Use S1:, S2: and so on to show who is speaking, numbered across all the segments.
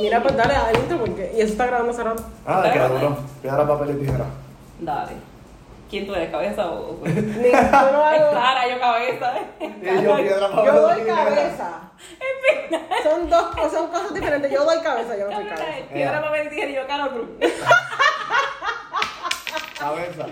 S1: Mira, pues dale adentro porque. Y eso está grabando cerrado.
S2: Ah, de que duro. Piedra, papel y tijera.
S3: Dale. ¿Quién tú eres? ¿Cabeza o.? o-
S1: Ni- yo no
S3: Es
S1: hago-
S3: Clara, yo cabeza.
S2: Y yo piedra, papel
S1: Yo doy
S2: y tijera.
S1: cabeza. Son dos cosas, son cosas diferentes. Yo doy cabeza, yo no soy
S3: Clara
S1: cabeza.
S3: es piedra, papel y tijera y yo Carol Cruz.
S2: Cabeza.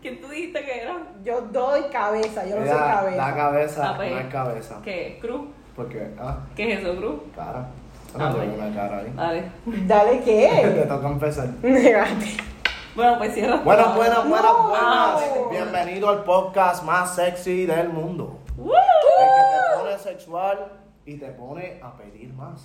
S3: ¿Quién tú dijiste que era?
S1: Yo doy cabeza, yo no soy
S2: Mira, La
S1: cabeza.
S2: cabeza
S3: Ah, pues.
S2: no es cabeza.
S3: ¿Qué? ¿Cruz?
S2: Porque, ah,
S3: ¿Qué es eso, Cruz?
S2: cara.
S3: Ah,
S2: No tengo
S3: pues.
S2: una cara
S1: Ah,
S2: ahí.
S3: Dale.
S1: Dale
S2: Te
S1: qué.
S2: toca empezar.
S1: Negate.
S3: Bueno, pues cierra.
S2: Bueno, buenas, buenas,
S1: No.
S2: buenas. Bienvenido al podcast más sexy del mundo.
S3: ¡Woo!
S2: El que te pone sexual y te pone a pedir más.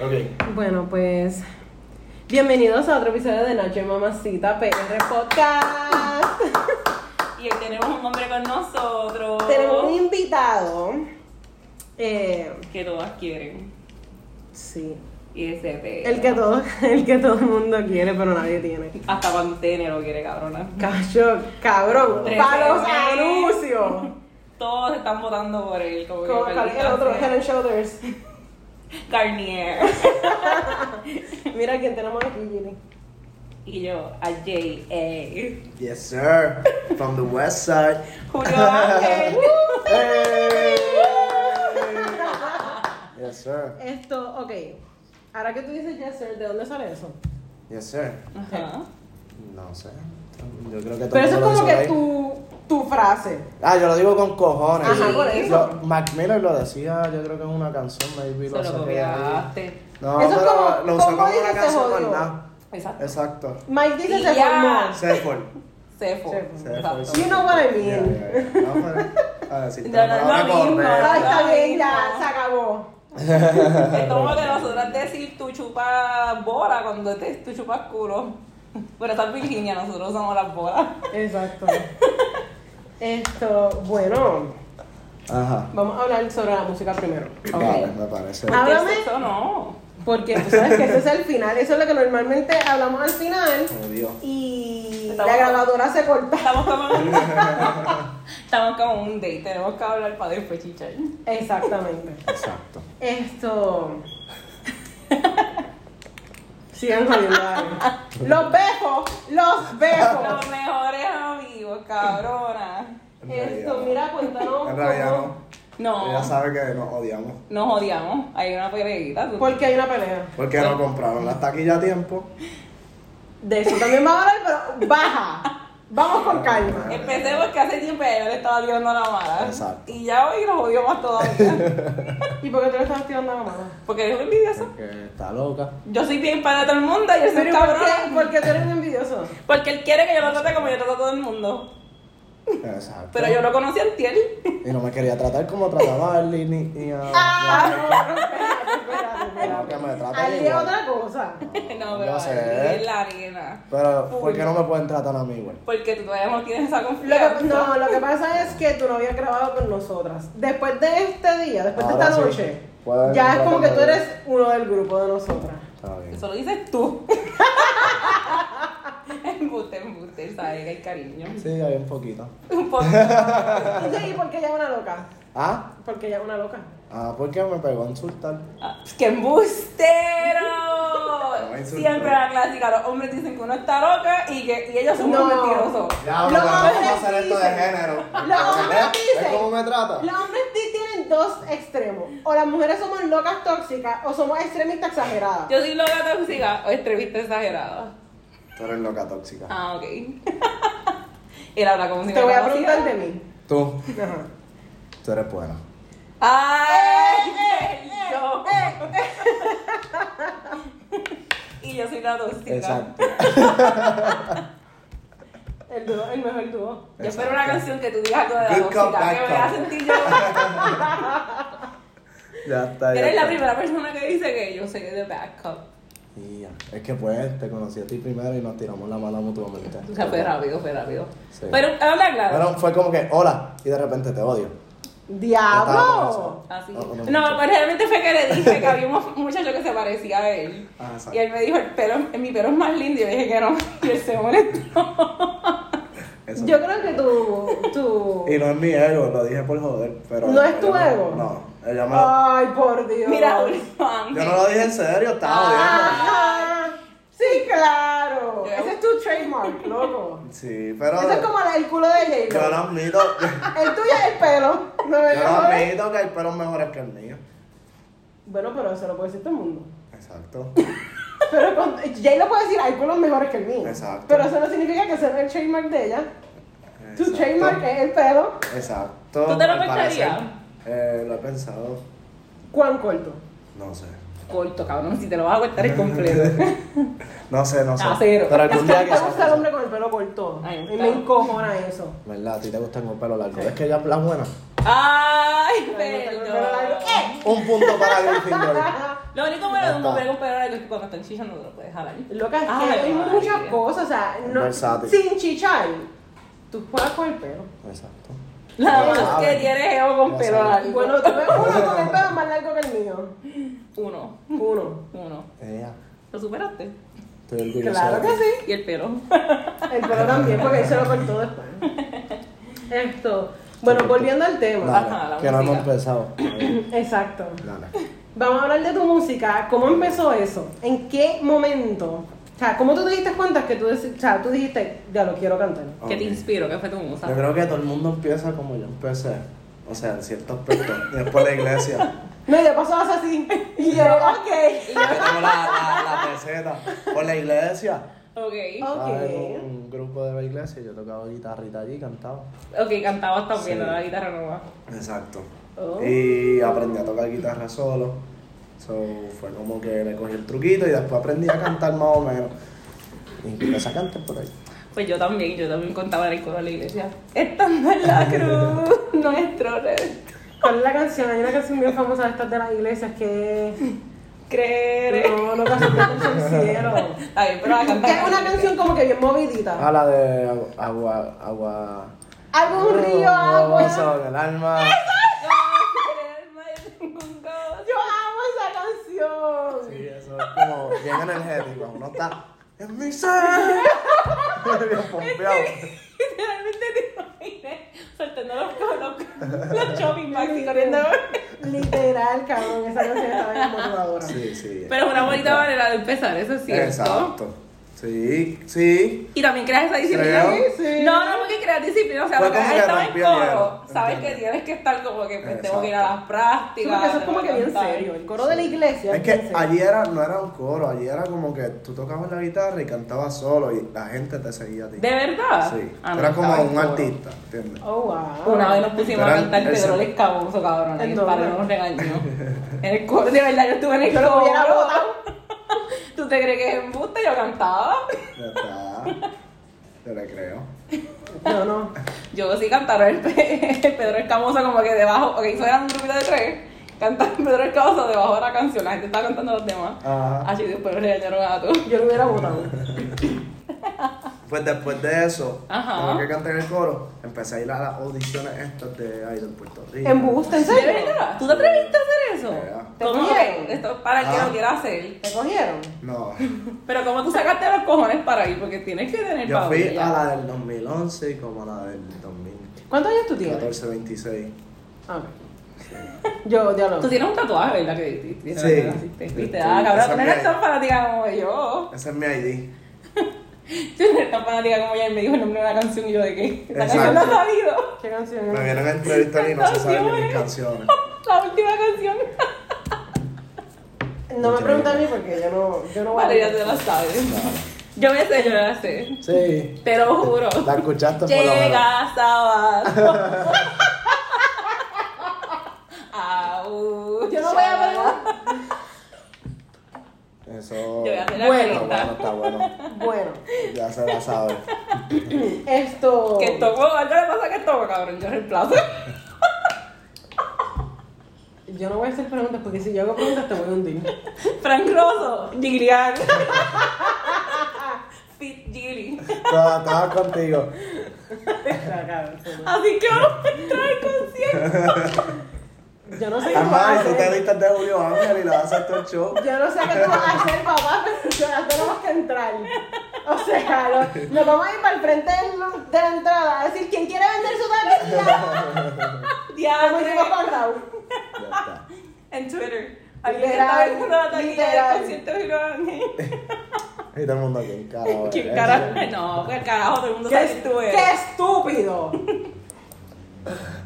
S2: Ok.
S1: Bueno, pues. Bienvenidos a otro episodio de Noche Mamacita PR Podcast.
S3: Y hoy tenemos un hombre con nosotros.
S1: Tenemos un invitado. Eh,
S3: Que todas quieren.
S1: sí.
S3: Y ese te-
S1: El que todo, el que todo el mundo quiere, pero nadie tiene.
S3: Hasta Pantene lo quiere, cabrona.
S1: Cacho, cabrón.
S3: Tres
S1: Para los
S3: veces.
S1: anuncios.
S3: Todos están votando por él. Como que
S1: Como
S3: maldita
S1: el otro,
S3: sea.
S1: Head and Shoulders.
S3: Garnier.
S1: Mira quién tenemos aquí, Gini.
S3: y yo, a J.A.
S2: Yes, sir. From the west side.
S3: Julio Ángel.
S2: Hey. Yes, sir.
S1: Esto, ok. Ahora que tú dices yes, sir, ¿de dónde sale eso?
S2: Yes, sir.
S3: Ajá.
S2: No sé. Yo creo que todo
S1: Pero eso es
S2: el mundo
S1: como
S2: lo hizo
S1: que
S2: ahí.
S1: tu, tu frase.
S2: Ah, yo lo digo con cojones.
S1: Ajá,
S2: Yo-
S1: por eso.
S2: yo- Mac Miller lo decía, yo creo que es una canción, maybe
S3: Se
S2: lo
S3: lo
S2: saqué de ahí.
S3: copiaste.
S2: No,
S1: Eso es
S2: pero
S1: como-
S2: lo usó
S1: como
S2: como
S1: dice,
S2: una
S1: se
S2: canción
S1: jodió.
S2: por nada.
S3: Exacto.
S2: Exacto.
S1: Mike dice se
S3: Ya.
S1: formó.
S2: Se fue.
S3: Sefo.
S1: Sefo.
S2: Se fue,
S3: Exacto.
S2: sí.
S1: You know what I mean.
S2: Ya, ya, ya. No, pero- A decir,
S3: No, no, es lo mismo.
S1: Ah,
S2: correcta.
S1: está bien, ya,
S3: No.
S1: se acabó.
S3: Es como que nosotras decir tú chupas bola cuando este te, tú chupas culo. Pero esa es Virginia, nosotros usamos las bolas.
S1: Exacto. Esto, bueno,
S2: Ajá.
S1: vamos a hablar sobre la música primero.
S2: Vale, me parece.
S1: Ah. Háblame.
S3: ¿De sexo no?
S1: Porque tú sabes que ese es el final, eso es lo que normalmente hablamos al final.
S2: Oh, Dios.
S1: Y
S3: Estamos-
S1: la grabadora se corta.
S3: Estamos como, estamos como un date, tenemos que hablar para después chichar.
S1: Exactamente.
S2: Exacto.
S1: Esto. Sigan jodiendo. dale. Los bejo, los bejo.
S3: Los mejores amigos, cabrona.
S2: En realidad
S1: Esto,
S2: no.
S1: mira, cuéntanos.
S2: En realidad
S1: cómo-
S2: no. Ella
S3: No,
S2: sabe que nos odiamos.
S3: nos odiamos. Hay una peleita. tú-
S1: Porque hay una pelea.
S2: Porque no compraron las taquillas a tiempo.
S1: De eso también va a hablar, pero baja. Vamos
S2: Ah.
S1: con calma.
S3: Empecemos que hace tiempo ya yo le estaba tirando la mala.
S2: Exacto.
S3: Y ya hoy nos odió más todavía.
S1: ¿Y por qué tú le estabas tirando la mano?
S3: Porque eres un envidioso.
S2: Porque está loca.
S3: Yo soy bien para todo el mundo y él soy
S1: Pero ¿y
S3: un
S1: ¿por
S3: cabrón.
S1: qué, por qué tú eres un envidioso?
S3: Porque él quiere que yo lo trate como yo trato a todo el mundo.
S2: Exacto.
S3: Pero yo lo conocí a Tiel.
S2: Y no me quería tratar como trataba a Arlie ni, ni a.
S1: Ah, no, no, espérate, espérate, espérate.
S2: Como que me tratan
S1: Ahí es
S2: igual.
S1: otra cosa.
S3: No, pero
S2: No
S3: ahí
S2: sé.
S3: es la arena.
S2: Pero, ¿por qué no me pueden tratar a mí igual?
S3: Porque tú todavía no tienes esa
S1: Lo
S3: confianza.
S1: que, no, lo que pasa es que tú no habías grabado con nosotras. Después de este día, después de
S2: Ahora
S1: esta
S2: sí.
S1: noche,
S2: Pueden
S1: ya es
S2: entrar
S1: como que tú
S2: conmigo.
S1: eres uno del grupo de nosotras.
S2: Está bien.
S3: Eso lo dices tú. embuste, embuste, sabes que hay cariño.
S2: Sí, hay un poquito.
S3: Un poco.
S1: Sí, ¿y por qué ella es una loca?
S2: Ah,
S1: Porque ella es una loca.
S2: ah, ¿por qué me pegó a insultar?
S3: Ah, ¡Qué embustero!
S2: me insultó.
S3: Siempre la clásica. Los hombres dicen que uno está loca y que y ellos son
S1: No.
S3: muy mentirosos.
S2: Ya,
S1: Los
S2: pero vamos a
S1: hombres
S2: hacer esto de
S1: dicen-
S2: género.
S1: Los hombres
S2: ¿Ves? ¿Ves
S1: dicen-
S2: cómo me trata?
S1: Los hombres ti- tienen dos extremos. O las mujeres somos locas tóxicas o somos extremistas exageradas.
S3: Yo soy loca tóxica o extremista exagerada.
S2: Tú eres loca tóxica.
S3: Ah, ok. Él habla como si
S1: Te
S3: me
S1: voy a
S3: conociera.
S1: preguntar de mí.
S2: Tú,
S1: Ajá.
S2: tú eres buena.
S3: ¡Ay! yo. y yo soy la tóxica.
S2: Exacto.
S1: El, dúo, el mejor dúo.
S3: Yo espero una canción que tú digas algo de la
S2: Good
S3: tóxica.
S2: cop, bad
S3: que me haga
S2: cop.
S3: sentir yo.
S2: Ya está. ya
S3: Eres la
S2: está.
S3: primera persona que dice que yo soy de bad cop.
S2: Y ya. Es que pues te conocí a ti primero y nos tiramos la mala mutuamente.
S3: O sea, fue rápido, fue rápido.
S2: Sí.
S3: Pero habla claro.
S2: Bueno, fue como que, hola, y de repente te odio.
S1: ¡Diablo!
S3: Así.
S2: No, no,
S3: No,
S2: no.
S3: pues realmente fue que le dije que había un mu- muchacho que se parecía a él.
S2: Ah, exacto.
S3: y él me dijo, el pelo, mi pelo es más lindo. Y yo le dije que no. Y él se molestó.
S2: Eso.
S1: Yo creo que tu. tu...
S2: Y no es mi ego, lo dije por joder, pero...
S1: ¿No es tu
S2: ella me-
S1: ego? Ah.
S2: No, ella me lo-
S1: Ay, por Dios.
S3: Mira, Julio Ángel.
S2: Yo no lo dije en serio, estaba odiando.
S1: Ah, sí, claro.
S3: Yo-
S1: Ese es tu trademark, loco.
S2: Sí, pero...
S1: Ese es como la- el culo de
S2: Yo
S1: J-Lo.
S2: no admito...
S1: El tuyo es el pelo. No me
S2: Yo no admito que hay pelos mejores que el mío.
S1: Bueno, pero se lo puede decir todo el mundo.
S2: Exacto.
S1: Pero con, J-Lo puede decir, hay culos mejores que el mío.
S2: Exacto.
S1: Pero eso no significa que sea el trademark de ella. Tu
S2: Exacto.
S1: trademark es el pelo.
S2: Exacto.
S3: ¿Tú te lo
S2: al
S3: pecharías?
S2: parecer. Eh, lo he pensado.
S1: ¿Cuán corto?
S2: No sé.
S3: Corto, cabrón. Si te lo vas a cortar es completo.
S2: No sé, no sé.
S3: Ah, cero.
S2: Pero
S1: Es
S2: algún
S1: que a mí
S2: día
S1: me
S2: quizás.
S1: gusta el hombre con el pelo corto.
S3: Ay, me
S1: y me
S3: gusta.
S1: encojona eso.
S2: ¿Verdad? A ti te gustan con pelo largo. Es que ella es la buena.
S3: Ay,
S1: Ay, no tengo el pelo largo.
S3: perdón.
S1: ¡Eh!
S2: Un punto para Gryffindor.
S3: Lo único bueno de un
S2: Ya está.
S3: hombre con pelo largo es que cuando están chichando no te lo puedes jalar. Ah,
S1: Loca, es que
S3: Ay,
S1: hay
S3: María.
S1: muchas cosas. O sea,
S2: Es
S1: no-
S2: versátil.
S1: sin chichar, tú juegas con el pelo.
S2: Exacto.
S3: La
S2: Ya
S3: más que
S2: saben.
S3: tiene es con
S2: Ah, Ya
S3: pelo
S2: saben.
S3: largo.
S1: Bueno, tú ves uno con el pelo más largo que el mío.
S3: Uno,
S1: Uno.
S3: uno.
S2: Ella.
S3: ¿Lo superaste?
S2: Estoy orgulloso.
S1: Claro que sí.
S3: Y el pelo.
S1: El pelo también, porque él se lo cortó después. Esto. Bueno, volviendo al tema.
S2: Dale,
S3: Ajá, la
S2: que no hemos
S3: música.
S2: empezado.
S1: Exacto.
S2: Dale.
S1: Vamos a hablar de tu música. ¿Cómo empezó eso? ¿En qué momento? O sea, ¿cómo tú te diste cuenta que tú, dec- o sea, tú dijiste, ya lo quiero cantar?
S3: ¿Qué
S2: Ok.
S3: te inspiró? ¿Qué fue tu musa?
S2: Yo creo que todo el mundo empieza como yo empecé. O sea, en cierto aspecto. Y Después la iglesia.
S1: No, y de paso vas así. Y yo, ok.
S2: Yo tengo la, la, la peseta. Por la iglesia.
S3: Ok.
S1: Ok.
S2: Estaba en un grupo de la iglesia, yo tocaba guitarrita allí y cantaba.
S3: Ok, cantabas también,
S2: Sí.
S3: la guitarra no va.
S2: Exacto.
S1: Oh.
S2: Y aprendí a tocar guitarra solo. So, fue como que le cogí el truquito y después aprendí a cantar más o menos. Y empecé a cantar por ahí.
S3: Pues yo también, yo también contaba en el coro de la iglesia. Estando en la cruz, nuestro rey.
S1: ¿Cuál es la canción? Hay una canción bien famosa de estas de las iglesias que es...
S3: Creer.
S1: No, no canción del cielo.
S3: Ay, pero la
S1: Que es
S3: cantaba.
S1: una canción como que bien movidita.
S2: A la de agu- agua, agua.
S1: Algo un río, agua.
S2: Sobre el alma.
S1: Yo amo esa canción.
S2: Sí, eso es como bien energético. Uno está en mi ser. Bien pompeado.
S3: Literalmente te imaginé soltando los, los, los shopping bags y corriendo.
S1: Literal, cabrón, esa canción estaba bien motivadora.
S2: Sí, sí.
S3: Pero es una bonita manera de empezar, eso es cierto.
S2: Exacto. Sí, sí.
S3: Y también creas esa disciplina.
S2: Creo.
S1: Sí, sí.
S3: No, no porque creas disciplina, o sea,
S2: Fue
S3: porque
S2: como
S3: has
S2: que
S3: estado en
S2: rompí el
S3: coro,
S2: hielo,
S3: sabes que
S2: ¿entiendes?
S3: tienes que estar como que pues, tengo que ir a
S1: Sí,
S2: Exacto.
S3: las prácticas.
S1: porque eso es como que
S3: tengo
S1: bien
S3: cantar.
S1: serio. El coro de la iglesia.
S2: Es que
S1: bien serio.
S2: allí era, no era un coro, allí era como que tú tocabas la guitarra y cantabas solo y la gente te seguía a ti.
S3: ¿De verdad?
S2: Sí.
S3: Ah, no,
S2: era como
S3: estaba en
S2: un
S3: coro.
S2: artista, ¿entiendes?
S1: Oh, wow.
S3: Una vez nos pusimos a
S2: Era-
S3: cantar
S2: esa-
S3: Pedro el Escaboso,
S1: ¿En
S3: cabrón. El
S1: dónde?
S3: padre nos regañó. En el coro, de verdad, yo estuve en el
S1: Yo lo
S3: coro.
S1: hubiera botado.
S3: ¿Tú te crees que es embuste? Yo cantaba.
S2: Ya está. Yo le creo.
S1: No, no.
S3: Yo sí cantaba el, pe- el Pedro Escamoso como que debajo, ok, eso era un grupito de tres, cantar Pedro Escamoso debajo de la canción, la gente estaba cantando los demás.
S2: Ajá.
S3: Así después me regañaron a todos.
S1: Yo lo hubiera votado.
S2: Pues después de eso,
S3: Ajá.
S2: como que canté en el coro, empecé a ir a las audiciones estas de Idol Puerto Rico.
S1: En busta, en
S3: ¿De
S1: serio.
S3: verdad? ¿Tú te atreviste a hacer eso?
S2: Ya.
S1: ¿Te
S3: ¿Cómo?
S1: cogieron?
S3: Esto para el que
S2: Ah.
S3: lo quiera hacer.
S1: ¿Te cogieron?
S2: No,
S3: Pero ¿cómo tú sacaste los cojones para ir? Porque tienes que tener
S2: yo fui
S3: pavilla.
S2: a la del 2011 y como a la del 2014,
S1: ¿Cuántos años tú tienes?
S2: 26.
S1: Ah, Yo, ya lo.
S3: Tú tienes un tatuaje, ¿verdad? Que que- que-
S2: Sí.
S3: que hiciste. Viste,
S2: Sí.
S3: ah, cabrón,
S2: Esa
S3: tú no
S2: es
S3: eres
S2: mi-
S3: tan fanática como yo.
S2: Ese es mi ID.
S3: Tú no eres tan fanática como yo. Él me dijo el nombre de la canción y yo de qué. Esta canción no ha
S2: Exacto.
S3: salido.
S1: ¿Qué canción
S2: Me
S1: es?
S2: vienen a entrevistar y no se saben ni mis canciones.
S3: La última canción.
S1: No me preguntes a mí porque yo no, yo no voy a-
S3: Vale, ya te la sabes. Yo me sé, yo me la sé.
S2: Sí.
S3: Te lo juro.
S2: La escuchaste por lo menos.
S3: Llega sábado. Au,
S1: Yo no voy a ver.
S2: Eso.
S3: voy a hacer la
S2: bueno,
S3: lista.
S2: está bueno, está bueno.
S1: Bueno,
S2: Ya se la sabe.
S1: esto.
S3: Que toco, algo le pasa que toco, cabrón. Yo reemplazo.
S1: Yo no voy a hacer preguntas porque si yo hago preguntas te voy a hundir.
S3: Frank Rosso, Giglian. Fit Gilly.
S2: Estaba estaba contigo.
S1: Ah, cabrón, sí, no.
S3: Así que vamos a entrar al concierto.
S1: Yo no sé qué tú vas a
S2: Además, tú te
S1: hacer.
S2: diste de Julio Ángel y le vas a hacer todo el show.
S1: Yo no sé qué tú vas a hacer, papá, pero yo ya tenemos que entrar. O sea, lo- nos vamos a ir para el frente del- de la entrada a decir quién quiere vender su taquilla. Como
S3: Diablo.
S1: hicimos con Raúl.
S2: Ya está.
S3: En Twitter. Alguien
S1: Literal,
S3: está vendiendo la taquilla
S1: literal.
S3: del concierto de Julio Ángel.
S2: Y todo el mundo aquí, carajo.
S3: ¿Quién
S2: eh,
S3: carajo? No, qué carajo, todo el mundo
S1: ¡Qué,
S3: sabe quién tú eres.
S1: estúpido!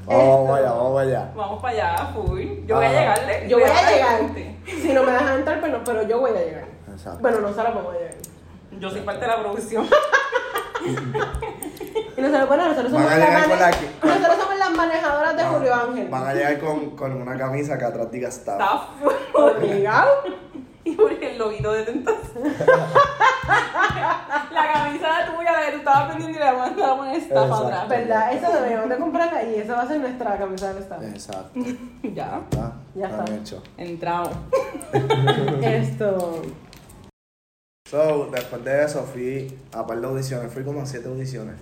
S2: Vamos para allá, vamos para allá.
S3: Vamos para allá, full. Yo voy a
S2: Ah.
S3: llegarle.
S1: Yo voy a
S3: darle
S1: llegar.
S3: gente.
S1: Si no me dejan entrar, pero, no- pero yo voy a llegar.
S2: Exacto.
S1: Bueno, no Sara, vamos a llegar.
S3: Yo soy parte de la producción.
S1: Y nosotros, bueno, nosotros somos,
S2: Van a
S1: las
S2: llegar con la
S1: mane-
S2: que-
S1: nosotros somos las manejadoras de
S2: Van-
S1: Julio Ángel.
S2: Van a llegar con, con una camisa que atrás diga staff.
S3: Está full.
S1: Obligado.
S3: Y porque el lobito de tentación. la camisa tuya, la que tú estabas vendiendo y la van a poner estafa
S2: Exacto.
S3: atrás.
S1: ¿Verdad? Esa deberíamos de comprarla y esa va a ser nuestra camisa de estado.
S2: Exacto.
S3: Ya,
S2: Está,
S1: Ya
S2: está
S1: está.
S2: hecho.
S3: entramos.
S1: Esto.
S2: So, después de eso fui a par de audiciones. Fui como a siete audiciones.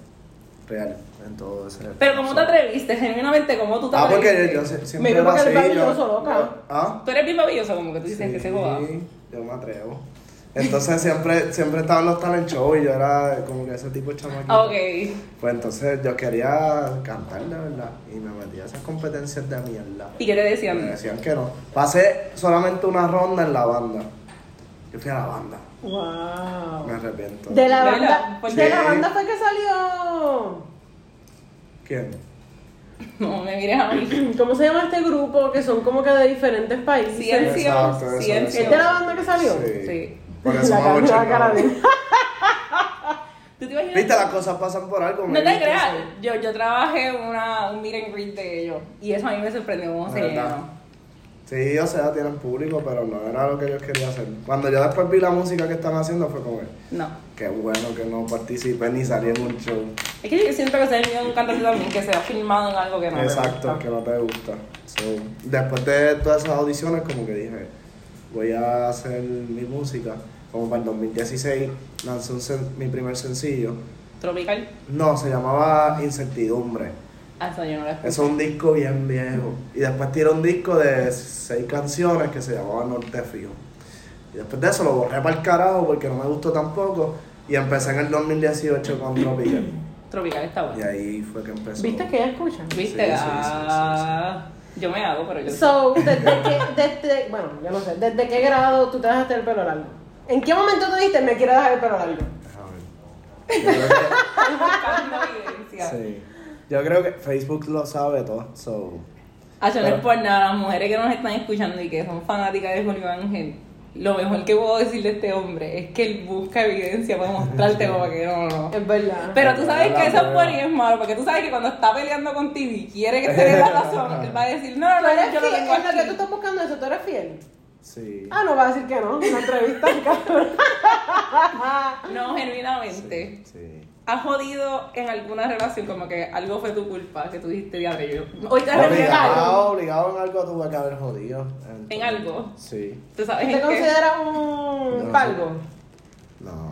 S2: Real. En todo ese.
S3: Pero ¿cómo te atreviste? Genuinamente, ¿cómo tú te
S2: Ah, porque
S3: atreviste?
S2: yo, se- siempre
S1: Me dijo
S2: era
S1: porque
S2: así.
S1: el
S2: yo-
S1: babilloso, loca.
S2: ¿Ah?
S3: Tú eres bien babillosa, como que tú dices que se joda.
S2: Sí, yo me atrevo. Entonces siempre, siempre estaba en los talent show y yo era como que ese tipo de chamaquito.
S3: Ah, Ok.
S2: Pues entonces yo quería cantar de verdad y me metí a esas competencias de mierda.
S3: ¿Y qué te
S2: Y me
S3: decían?
S2: decían que no. Pasé solamente una ronda en la banda. Yo fui a la banda.
S1: ¡Wow!
S2: Me arrepiento.
S1: De la
S3: ¿Verdad?
S1: banda.
S3: Porque-
S1: De la
S2: Sí.
S1: banda fue que salió.
S2: ¿Quién?
S3: No, me mires a mí.
S1: ¿Cómo se llama este grupo? Que son como que de diferentes países.
S3: Ciencia.
S2: Exacto, eso,
S3: Ciencia.
S2: eso.
S1: ¿Es de la banda que salió?
S2: Sí.
S3: Sí.
S2: Por eso
S1: La
S2: me hago
S1: cara- la cara
S2: chingado.
S1: de-
S3: ¿Tú te imaginas?
S2: Viste, las cosas pasan por algo.
S3: No
S2: me
S3: te
S2: viste,
S3: creas,
S2: sí.
S3: yo, yo trabajé una, un meet and greet de ellos y eso a mí me sorprendió cómo se
S2: ¿Verdad?
S3: llenó.
S2: Sí, o sea, tienen público, pero no era lo que yo quería hacer. Cuando yo después vi la música que están haciendo fue como,
S3: No.
S2: qué bueno que no participé ni salí en un show.
S3: Es que yo siento que se miedo a un cantante también que se ha filmado en algo que no.
S2: Exacto, que no te gusta. So, después de todas esas audiciones, como que dije, voy a hacer mi música. Como para el 2016 lancé un sen- mi primer sencillo.
S3: Tropical.
S2: No, se llamaba Incertidumbre.
S3: Ah, eso yo no lo escuché.
S2: Es un disco bien viejo. Y después tiré un disco de seis canciones que se llamaba Norte Fijo. Y después de eso lo borré para el carajo porque no me gustó tampoco. Y empecé en el 2018 con Tropical.
S3: Tropical está
S2: Y
S3: bueno.
S2: ahí fue que empezó.
S1: ¿Viste que ella escucha?
S3: ¿Viste?
S2: Sí, sí, sí, sí, sí.
S3: Ah, Yo me hago, pero yo.
S1: So, desde que, desde, bueno, yo no sé, ¿desde qué grado tú te dejaste el pelo largo? ¿En qué momento tú dijiste me quiero dejar el pelo largo?
S2: Déjame ver. Yo creo que-
S3: Estoy buscando evidencia.
S2: Sí. Yo creo que Facebook lo sabe todo. So.
S3: Ah, yo no es
S2: Pero-
S3: por nada, las mujeres que nos están escuchando y que son fanáticas de Julio Ángel, lo mejor que puedo decir de este hombre es que él busca evidencia para mostrarte como que no, no.
S1: Es verdad.
S3: Pero tú sabes que eso es
S2: La
S3: bueno y
S2: prueba.
S3: es malo, porque tú sabes que cuando está peleando contigo y quiere que te dé la razón, él va a decir, no, no,
S1: Tú
S3: no,
S1: eres
S3: yo lo
S1: fiel,
S3: tengo
S1: en lo que tú
S3: aquí.
S1: estás buscando eso, tú eres fiel.
S2: Sí.
S1: Ah, no va a decir que no, en la entrevista, cabrón.
S3: No, genuinamente.
S2: Sí.
S3: ¿Has jodido en alguna relación como que algo fue tu culpa que tú dijiste diablo? Yo, hoy te arreglaron.
S2: Obligado, obligado en algo tuve que haber jodido.
S3: ¿En algo?
S2: Sí.
S3: ¿Tú sabes en
S1: ¿Te
S3: qué?
S1: consideras
S2: No,
S1: un
S2: no.
S1: palgo?
S2: No.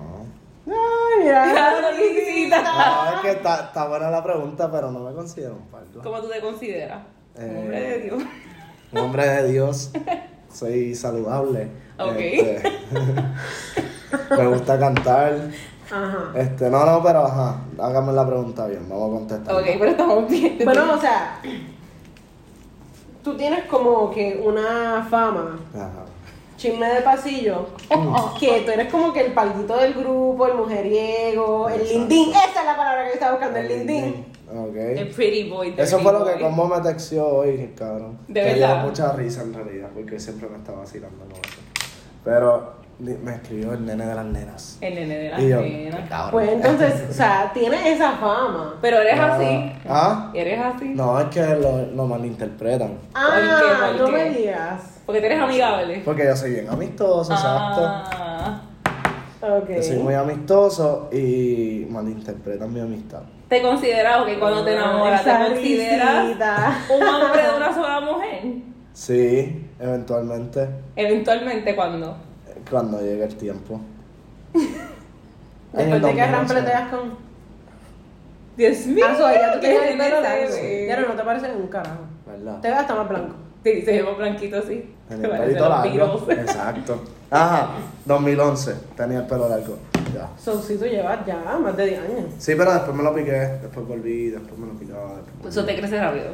S1: Ay, mira.
S3: Claro, Luisita.
S2: No, es que está, está buena la pregunta, pero no me considero un pardo.
S3: ¿Cómo tú te consideras?
S2: Eh.
S3: Hombre de Dios.
S2: Un hombre de Dios. Soy saludable.
S3: Ok.
S2: Este, me gusta cantar.
S1: Ajá.
S2: Este, no, no, pero ajá. Hágame la pregunta bien, vamos a contestar.
S3: Ok, pero estamos bien.
S1: Bueno, o sea, tú tienes como que una fama,
S3: pues.
S2: Ajá.
S1: chisme de pasillo, que tú eres como que el palguito del grupo, el mujeriego, el
S2: Exacto.
S1: lindín. Esa es la palabra que yo estaba buscando, el lindín.
S2: Ok.
S3: El pretty boy. the
S2: Eso
S3: pretty
S2: fue lo que
S3: boy.
S2: Combo me texteó hoy, cabrón.
S3: ¿De
S2: que
S3: verdad?
S2: dio mucha risa en realidad, porque siempre me estaba vacilando con eso. Pero li- me escribió el nene de las nenas.
S3: El nene de la
S2: y yo,
S3: nena.
S2: cabrón.
S1: Pues entonces, o sea, tienes esa fama.
S3: Pero eres
S2: Ah,
S3: así.
S2: ¿Ah?
S3: Eres así.
S2: No, es que lo, lo malinterpretan.
S1: Ah,
S3: ¿Por qué?
S1: no
S3: ¿Por qué?
S1: me digas.
S3: Porque tú eres amigable.
S2: Porque yo soy bien amistoso, Pues, exacto.
S3: Ah,
S2: Yo soy muy
S1: Ok.
S2: amistoso y malinterpretan mi amistad.
S3: te consideras, ok, cuando te enamoras, te
S1: Esa
S3: consideras
S1: risita.
S3: un hombre de una sola mujer.
S2: Sí, eventualmente,
S3: Eventualmente, cuando
S2: cuando llegue el tiempo. En el
S1: Después de que
S2: 2011.
S1: rampleteas con.
S3: Dios mío.
S1: Ah, so, ya tú
S3: ¿qué
S1: tienes el pelo
S3: tiene
S1: largo.
S3: ese, güey?
S1: Ya no te parece un carajo.
S2: ¿Verdad?
S1: Te ves hasta más blanco.
S3: Sí, se lleva blanquito así.
S2: En
S3: Se
S2: el
S3: parece
S2: pelito
S3: a los
S2: largo.
S3: Beatles.
S2: Exacto. Ajá, 2011. Tenía el pelo largo. Ya.
S1: So, si tú llevas ya más de 10 años.
S2: Sí, pero después me lo piqué. Después volví, después me lo picaba. Después
S3: Pues Eso te
S2: volví.
S3: crece rápido.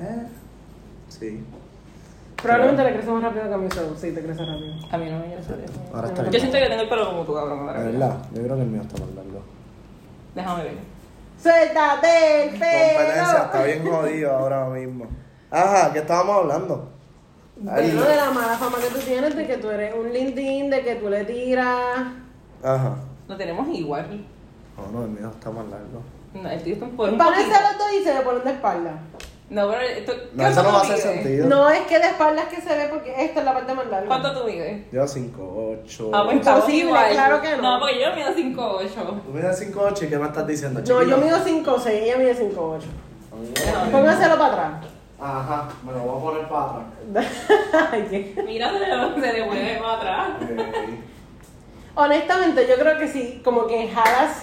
S2: Eh, sí.
S1: Probablemente le crece más rápido que a mí, so, sí, te crece rápido.
S3: A mí no me crece rápido.
S2: Ahora Ah, está
S3: Yo
S2: bien.
S3: siento que tengo el pelo como tú, cabrón. ahora.
S2: ¿Verdad? Yo creo que el mío está más largo.
S3: Déjame ver.
S1: ¡Suéltate el
S2: Competencia,
S1: pelo!
S2: está bien jodido ahora mismo. Ajá, ¿qué estábamos hablando?
S1: Bueno, de la mala fama que tú tienes, de que tú eres un lindín, de que tú le tiras.
S2: Ajá.
S3: Lo tenemos igual.
S2: No, no, el mío está más largo.
S3: No, el tuyo está por un
S1: Van a
S3: poquito.
S1: ser los dos y se le ponen de espalda.
S3: No, pero esto,
S2: No, eso no va a hacer
S3: mide?
S2: sentido.
S1: No es que de espalda es que se ve porque esta es la parte más larga.
S3: ¿Cuánto tú mides?
S2: Yo 5'8".
S3: Ah, pues estamos
S1: Imposible,
S3: igual.
S1: claro que no.
S3: No, porque yo mido 5'8".
S2: Tú mides 5'8 y ¿qué me estás diciendo,
S1: No,
S2: chiquito?
S1: yo mido 5 o 6, ella mide 5 o 8.
S3: Déjame ver.
S1: Póngaselo para
S2: Ajá, me lo voy a poner para atrás.
S1: atrás. Ay, qué-
S3: Mira, se le, se le mueve más atrás.
S2: Eh,
S1: Honestamente, yo creo que sí, como que jalas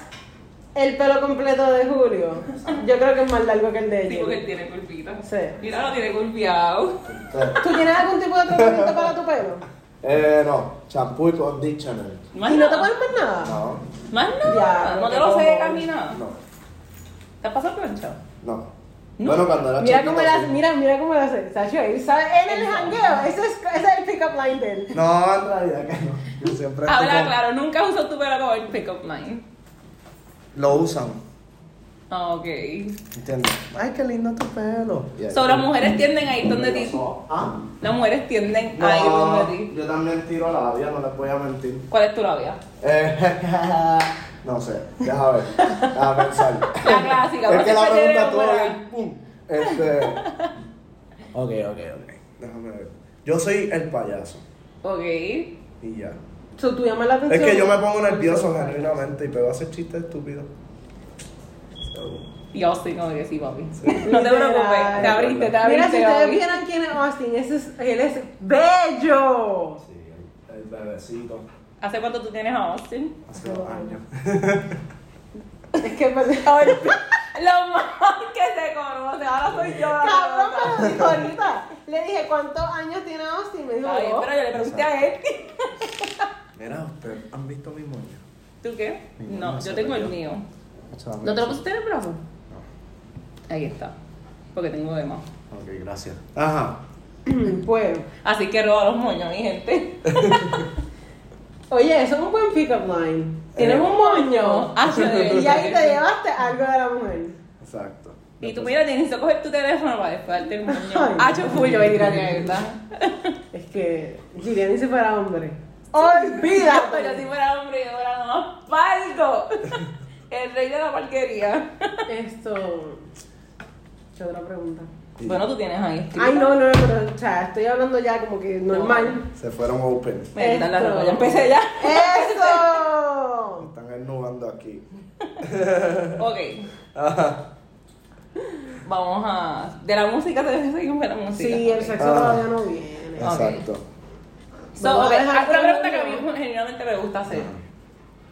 S1: el pelo completo de Julio. Yo creo que es más largo que el de
S3: Sí, porque él
S1: ella.
S3: tiene curvita.
S1: Sí.
S3: Mira, lo tiene curviado.
S2: entonces,
S1: ¿Tú tienes algún tipo de tratamiento para tu pelo?
S2: eh, no, champú y conditioner.
S3: Más
S1: ¿Y no te
S3: nada.
S1: pones más nada?
S2: No,
S3: Más nada.
S1: Ya,
S3: no
S1: que
S3: te lo sé
S1: como-
S3: caminar.
S2: no,
S3: ¿Te has pasado plancha?
S2: no.
S3: No.
S2: Bueno, cuando era
S1: Mira
S2: chiquito,
S1: cómo la,
S2: sí.
S1: mira, mira cómo la hace. Sacho, él sabe, él en el jangueo, ese es, ese es el pick-up line de él.
S2: No, en realidad que no. Yo siempre estoy
S3: Habla
S2: con-
S3: claro, nunca usó tu pelo como el pick-up line.
S2: Lo usan,
S3: Ah, Ok.
S2: ¿entiendes? Ay, qué lindo tu pelo. Y ahí-
S3: So, las mujeres tienden a ir donde ti.
S2: Ah,
S3: Las mujeres tienden a ir
S2: no,
S3: donde ti.
S2: yo también tiro labia, no les voy a mentir.
S3: ¿Cuál es tu labia?
S2: Eh, no sé, déjame ver, déjame pensar.
S3: La clásica,
S2: es que la
S3: siempre
S2: pregunta
S3: tiene
S2: todo
S3: una-
S2: bien, pum. Este. Ok, ok, ok. Déjame ver. Yo soy el payaso
S3: Ok.
S2: y ya.
S1: So, tú llamas la
S2: Es
S1: atención.
S2: que yo me pongo nervioso genuinamente y pego a hacer chistes estúpidos.
S3: Y Austin, como que sí, papi.
S2: Sí.
S3: No te preocupes,
S1: Literal.
S3: te abriste, te abriste.
S1: Mira, si ustedes
S3: papi.
S1: vieran quién es Austin, ese es, él es bello.
S2: Sí, el, el bebecito.
S3: ¿Hace cuánto tú tienes a Austin?
S2: Hace dos años.
S1: Es que me
S3: Lo más que se conoce, ahora soy yo. la
S1: Cabrón,
S3: loca.
S1: pero dijo ahorita. Le dije, ¿cuántos años tiene Austin? Me dijo,
S3: Está bien,
S1: "Dos".
S3: pero yo le pregunté a él.
S2: Mira, ustedes han visto mi moño.
S3: ¿Tú qué?
S2: Mi
S3: No,
S2: mamá se
S3: yo tengo el
S2: rayó.
S3: mío. ¿No te lo pusiste en el brazo? Ahí está. Porque tengo demás.
S2: Ok, gracias. Ajá.
S1: Bueno,
S3: Así que roba los moños, mi gente.
S1: oye, eso es un buen pick-up line. Tienes
S2: Eh.
S1: un moño.
S3: Ah, sí, de-
S1: y ahí te llevaste algo de la mujer.
S2: Exacto.
S3: Y tú, mira, tienes que coger tu teléfono para despegarte el moño.
S1: pues. Ay.
S3: Ah, yo fui yo a ir a ¿verdad?
S1: Es que Gillian si fuera hombre. Olvídate.
S3: Pero si fuera hombre, pues, yo fuera nomás palco. El rey de la parquería.
S1: Esto. ¿Qué otra pregunta?
S2: Sí.
S3: Bueno, tú tienes ahí. escrita.
S1: Ay, no, no, no. O sea, estoy hablando ya como que normal.
S2: Se fueron open.
S3: Me voy a quitar la
S1: Esto.
S3: ropa, ya empecé ya.
S1: ¡Eso!
S2: Están ennubando aquí.
S3: Ok. Vamos a. De la música te seguimos con la música.
S1: Sí, el sexo
S2: Ah.
S1: todavía no viene.
S2: Exacto.
S3: So,
S1: Vamos
S3: ok,
S1: a dejar
S3: haz una
S1: que-
S3: pregunta que a mí genuinamente me gusta hacer.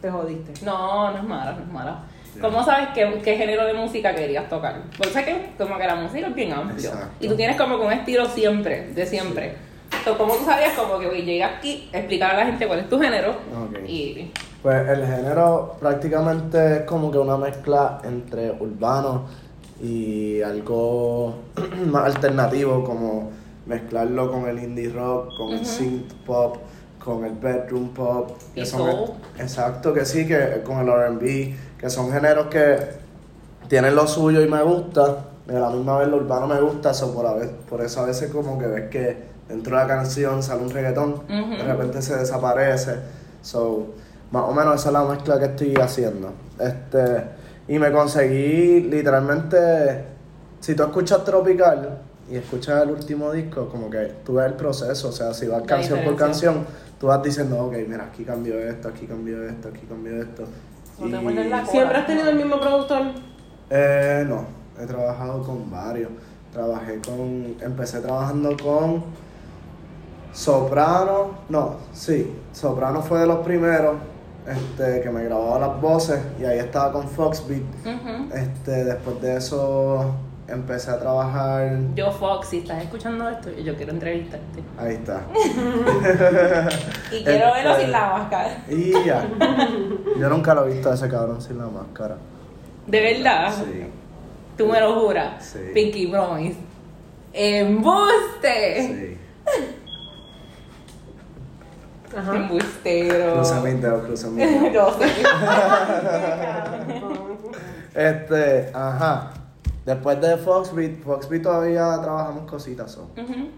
S1: Te jodiste.
S3: No, no es mala, no es mala. ¿Cómo sabes qué, qué género de música querías tocar? Porque sé que como que la música es bien amplio.
S2: Exacto.
S3: Y tú tienes como que un estilo siempre, de siempre. So, ¿Cómo tú sabías como que voy llega aquí, explicar a la gente cuál es tu género?
S2: Ah, Ok.
S3: Y
S2: Pues el género prácticamente es como que una mezcla entre urbano y algo más alternativo, como mezclarlo con el indie rock, con el synth pop, con el bedroom pop.
S3: Y
S2: que
S3: soul.
S2: exacto, que sí, que con el RB, que son géneros que tienen lo suyo y me gusta, y a la misma vez lo urbano me gusta, eso por, a ve- por eso a veces como que ves que dentro de la canción sale un reggaetón, de repente se desaparece, so, más o menos esa es la mezcla que estoy haciendo, este, y me conseguí literalmente, si tú escuchas Tropical y escuchas el último disco, como que tú ves el proceso, o sea, si vas
S3: La
S2: canción por
S3: diferencia.
S2: canción, tú vas diciendo, ok, mira, aquí cambió esto, aquí cambió esto, aquí cambió esto.
S3: No te
S2: Y-
S3: vuelves la
S1: ¿Siempre has tenido el mismo productor?
S2: eh, no, he trabajado con varios. Trabajé con. Empecé trabajando con. Soprano. No, sí. Soprano fue de los primeros. Este, que me grababa las voces y ahí estaba con Foxbeat.
S3: Ujú.
S2: Este, después de eso empecé a trabajar.
S3: Yo, Fox, si estás escuchando esto, yo quiero entrevistarte.
S2: Ahí está.
S3: Y quiero verlo
S2: Este-
S3: sin la máscara.
S2: Y ya. Yo nunca lo he visto a ese cabrón sin la máscara.
S3: De verdad.
S2: Sí.
S3: Tú me lo juras.
S2: Sí.
S3: Pinky Promise. ¡Embuste!
S2: Sí.
S1: Ajá.
S3: Embustero.
S2: Cruza mis dedos, cruza mis dedos.
S3: Yo sé.
S2: Este, ajá. Después de Foxbeat, Foxbeat todavía trabajamos cositas. so.
S3: Ujú.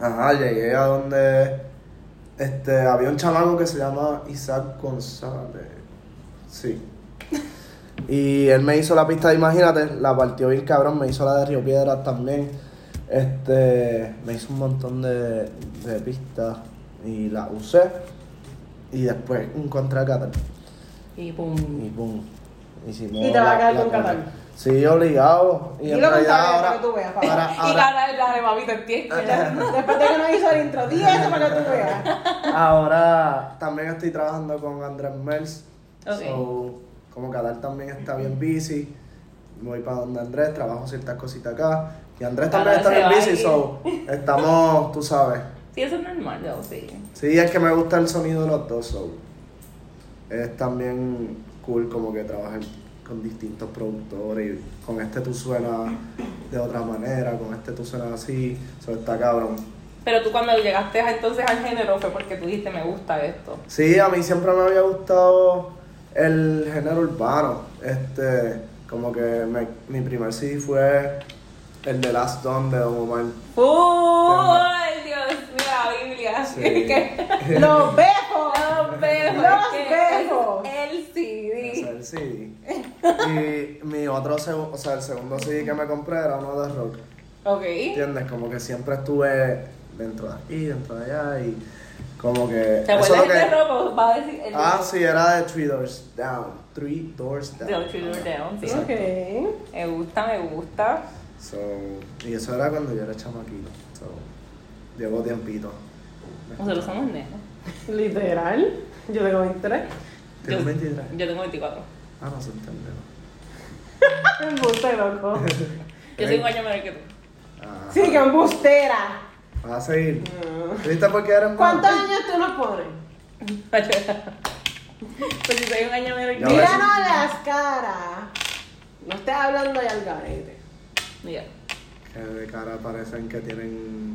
S2: Ajá, llegué a donde este, había un chamaco que se llama Isaac González. Sí. Y él me hizo la pista de Imagínate, la partió bien cabrón, me hizo la de Río Piedras también. Este, me hizo un montón de, de pistas y la usé. Y después encontré a Catal.
S3: Y pum.
S2: Y pum. Hicimos
S1: Y te vas a
S2: la-
S1: quedar
S2: la
S1: con
S2: cosa.
S1: Catal.
S2: Sí, obligado. Y,
S1: Dilo
S2: en
S1: con
S2: realidad
S1: Catal,
S2: ahora,
S1: para que tú veas, papá.
S2: ahora- Ah.
S3: Y
S2: ahora-
S3: cara, dale, mami, te entiendes.
S1: Después de que nos hizo el intro, di eso para que tú veas.
S2: Ahora también estoy trabajando con Andrés Mels.
S3: Ok.
S2: So, como Calar también está bien busy, voy para donde Andrés, trabajo ciertas cositas acá. Y Andrés también
S3: Ahora
S2: está bien
S3: se va
S2: busy,
S3: a
S2: so estamos, tú sabes.
S3: Sí, eso es normal, yo sí.
S2: Sí, es que me gusta el sonido de los dos, so es también cool como que trabajen con distintos productores. y Con este tú suenas de otra manera, con este tú suenas así, so está cabrón.
S3: Pero tú cuando llegaste entonces al género fue porque tú dijiste, me gusta esto.
S2: Sí, a mí siempre me había gustado el género urbano. Este, como que me- mi primer CD fue el de Last Dawn de Don Omar.
S3: ¡Uy, Dios mío, la Biblia!
S2: Sí.
S3: Que-
S1: ¡Los besos!
S3: Los besos,
S1: Los
S3: que
S1: besos.
S3: es El
S2: Ese es
S3: CD.
S2: el CD. Y mi otro, segu- o sea, el segundo CD que me compré era uno de rock.
S3: Ok.
S2: ¿Entiendes? Como que siempre estuve dentro de aquí, dentro de allá y como que...
S3: ¿Te
S2: eso es lo
S3: acuerdas de
S2: que-
S3: este robo? Va a decir el
S2: Ah, sí, era de Three Doors Down. Three Doors Down.
S3: de los Children Down, sí.
S1: Ok.
S3: Me gusta, me gusta.
S2: So, y eso era cuando yo era chamaquito. So, llevo tiempito.
S3: Nosotros somos nenes.
S1: Literal. Yo tengo 23.
S2: Tengo
S3: Yo-
S2: 23.
S3: Yo tengo 24.
S2: Ah, no se entiende.
S1: Embuste, loco.
S3: Yo soy un año menor que tú.
S2: Ah,
S1: Sí, que embustera.
S2: Vas a seguir.
S3: Mm.
S2: ¿Viste por qué eran
S1: ¿Cuántos
S2: buenos?
S1: años tú nos pones?
S3: pues si soy un año menor que
S2: Ya
S3: tú.
S2: ves.
S1: Míranos a las caras. No estés hablando de al garete.
S3: Mira.
S2: Que de cara parecen que tienen.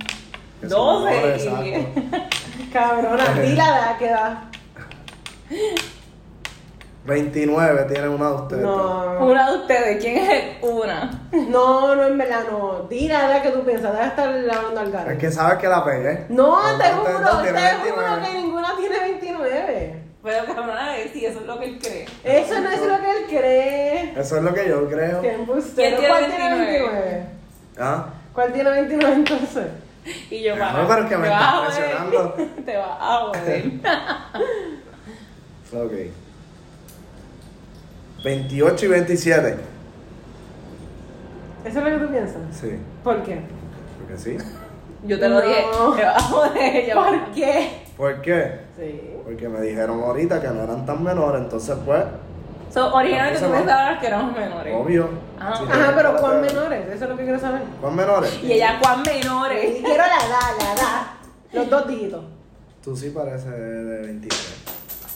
S2: que son
S3: Doce.
S2: menores, exacto.
S1: Cabrona, di la edad que da.
S2: 29 tienen una de ustedes.
S1: No.
S3: Una de ustedes, ¿quién es una?
S1: No, no, en verdad no. Di la edad que tú piensas. Debe estar hablando al
S2: Es
S1: garete.
S2: que sabes que la pegué.
S1: No, te
S2: Ustedes
S1: juro,
S2: dos
S1: te
S2: tienen
S1: juro
S2: 29.
S1: que ninguna tiene 29.
S3: Pero cabrona, eh, sí, eso es lo que él cree.
S1: Eso no es lo que él cree.
S2: Eso es lo que yo creo.
S1: Que embustero.
S3: ¿Quién tiene
S1: ¿Cuál tiene
S3: 29?
S1: 29?
S2: Ah,
S1: ¿Cuál tiene 29 entonces?
S3: Y yo,
S2: No,
S3: para.
S2: pero es que me
S3: te
S2: estás
S3: vas a joder. Te vas a joder.
S2: ok. 28 y 27.
S1: Eso es lo que tú piensas.
S2: Sí,
S1: ¿Por qué?
S2: porque sí.
S3: Yo te lo dije.
S1: No.
S3: Te vas a joder. Yo,
S1: ¿Por qué?
S2: ¿Por qué?
S1: Sí.
S2: Porque me dijeron ahorita que no eran tan menores, entonces pues,
S3: So, originalmente tú
S2: Eso no.
S3: pensabas que éramos menores.
S2: obvio.
S3: Ah.
S2: Si te-
S1: Ajá, pero ¿cuán menores? Eso es lo que quiero saber.
S2: ¿Cuán menores?
S3: Y ella, ¿cuán menores?
S1: Y quiero la edad, la edad. Los dos dígitos.
S2: Tú sí pareces de 23.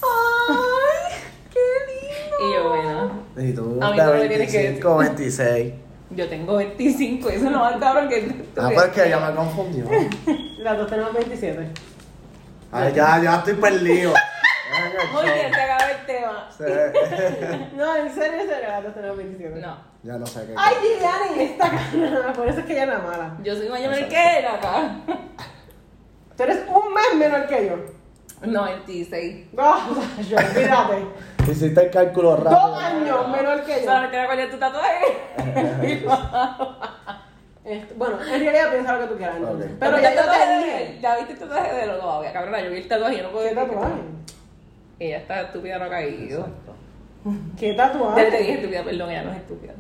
S1: ¡Ay! ¡Qué lindo!
S3: Y yo, bueno,
S2: Y tú
S3: A mí
S2: de
S3: no me tienes que
S2: 25, 26.
S3: yo tengo 25. Eso es lo más cabrón que tú
S2: Ah,
S3: ves.
S2: pues es que ella me confundió.
S1: Las dos tenemos 27.
S2: Ay, ya, ya estoy perdido. Venga,
S3: Muy
S2: chao.
S3: bien, se acabó el tema.
S2: Sí.
S1: No, en serio, en serio, las dos tenemos 27.
S3: No,
S2: Ya no sé qué.
S1: ¡Ay, Gianni! Esta cara. Por eso es que ella es la mala.
S3: yo soy mayor menor que él acá.
S1: Tú eres un mes menor que yo.
S3: 96.
S1: No, yo, fíjate.
S2: Hiciste el cálculo rápido.
S1: Dos años menor que yo.
S3: Solamente me acuerdo de tu tatuaje.
S1: Este, bueno, en realidad piensa lo que tú quieras. entonces.
S2: Ok.
S1: Pero
S3: ¿Viste
S1: ya
S3: el
S1: yo te
S3: tatuaje de
S1: dije.
S3: él? ¿Ya viste el tatuaje de él? No, todavía, cabrona, yo vi el tatuaje, yo no puedo
S1: ¿Qué
S3: decir que-
S1: tatuaje?
S3: Ella está estúpida, no ha caído.
S1: ¿Qué
S3: Ya te
S1: tatuaje?
S3: dije estúpida, perdón, ella no es estúpida.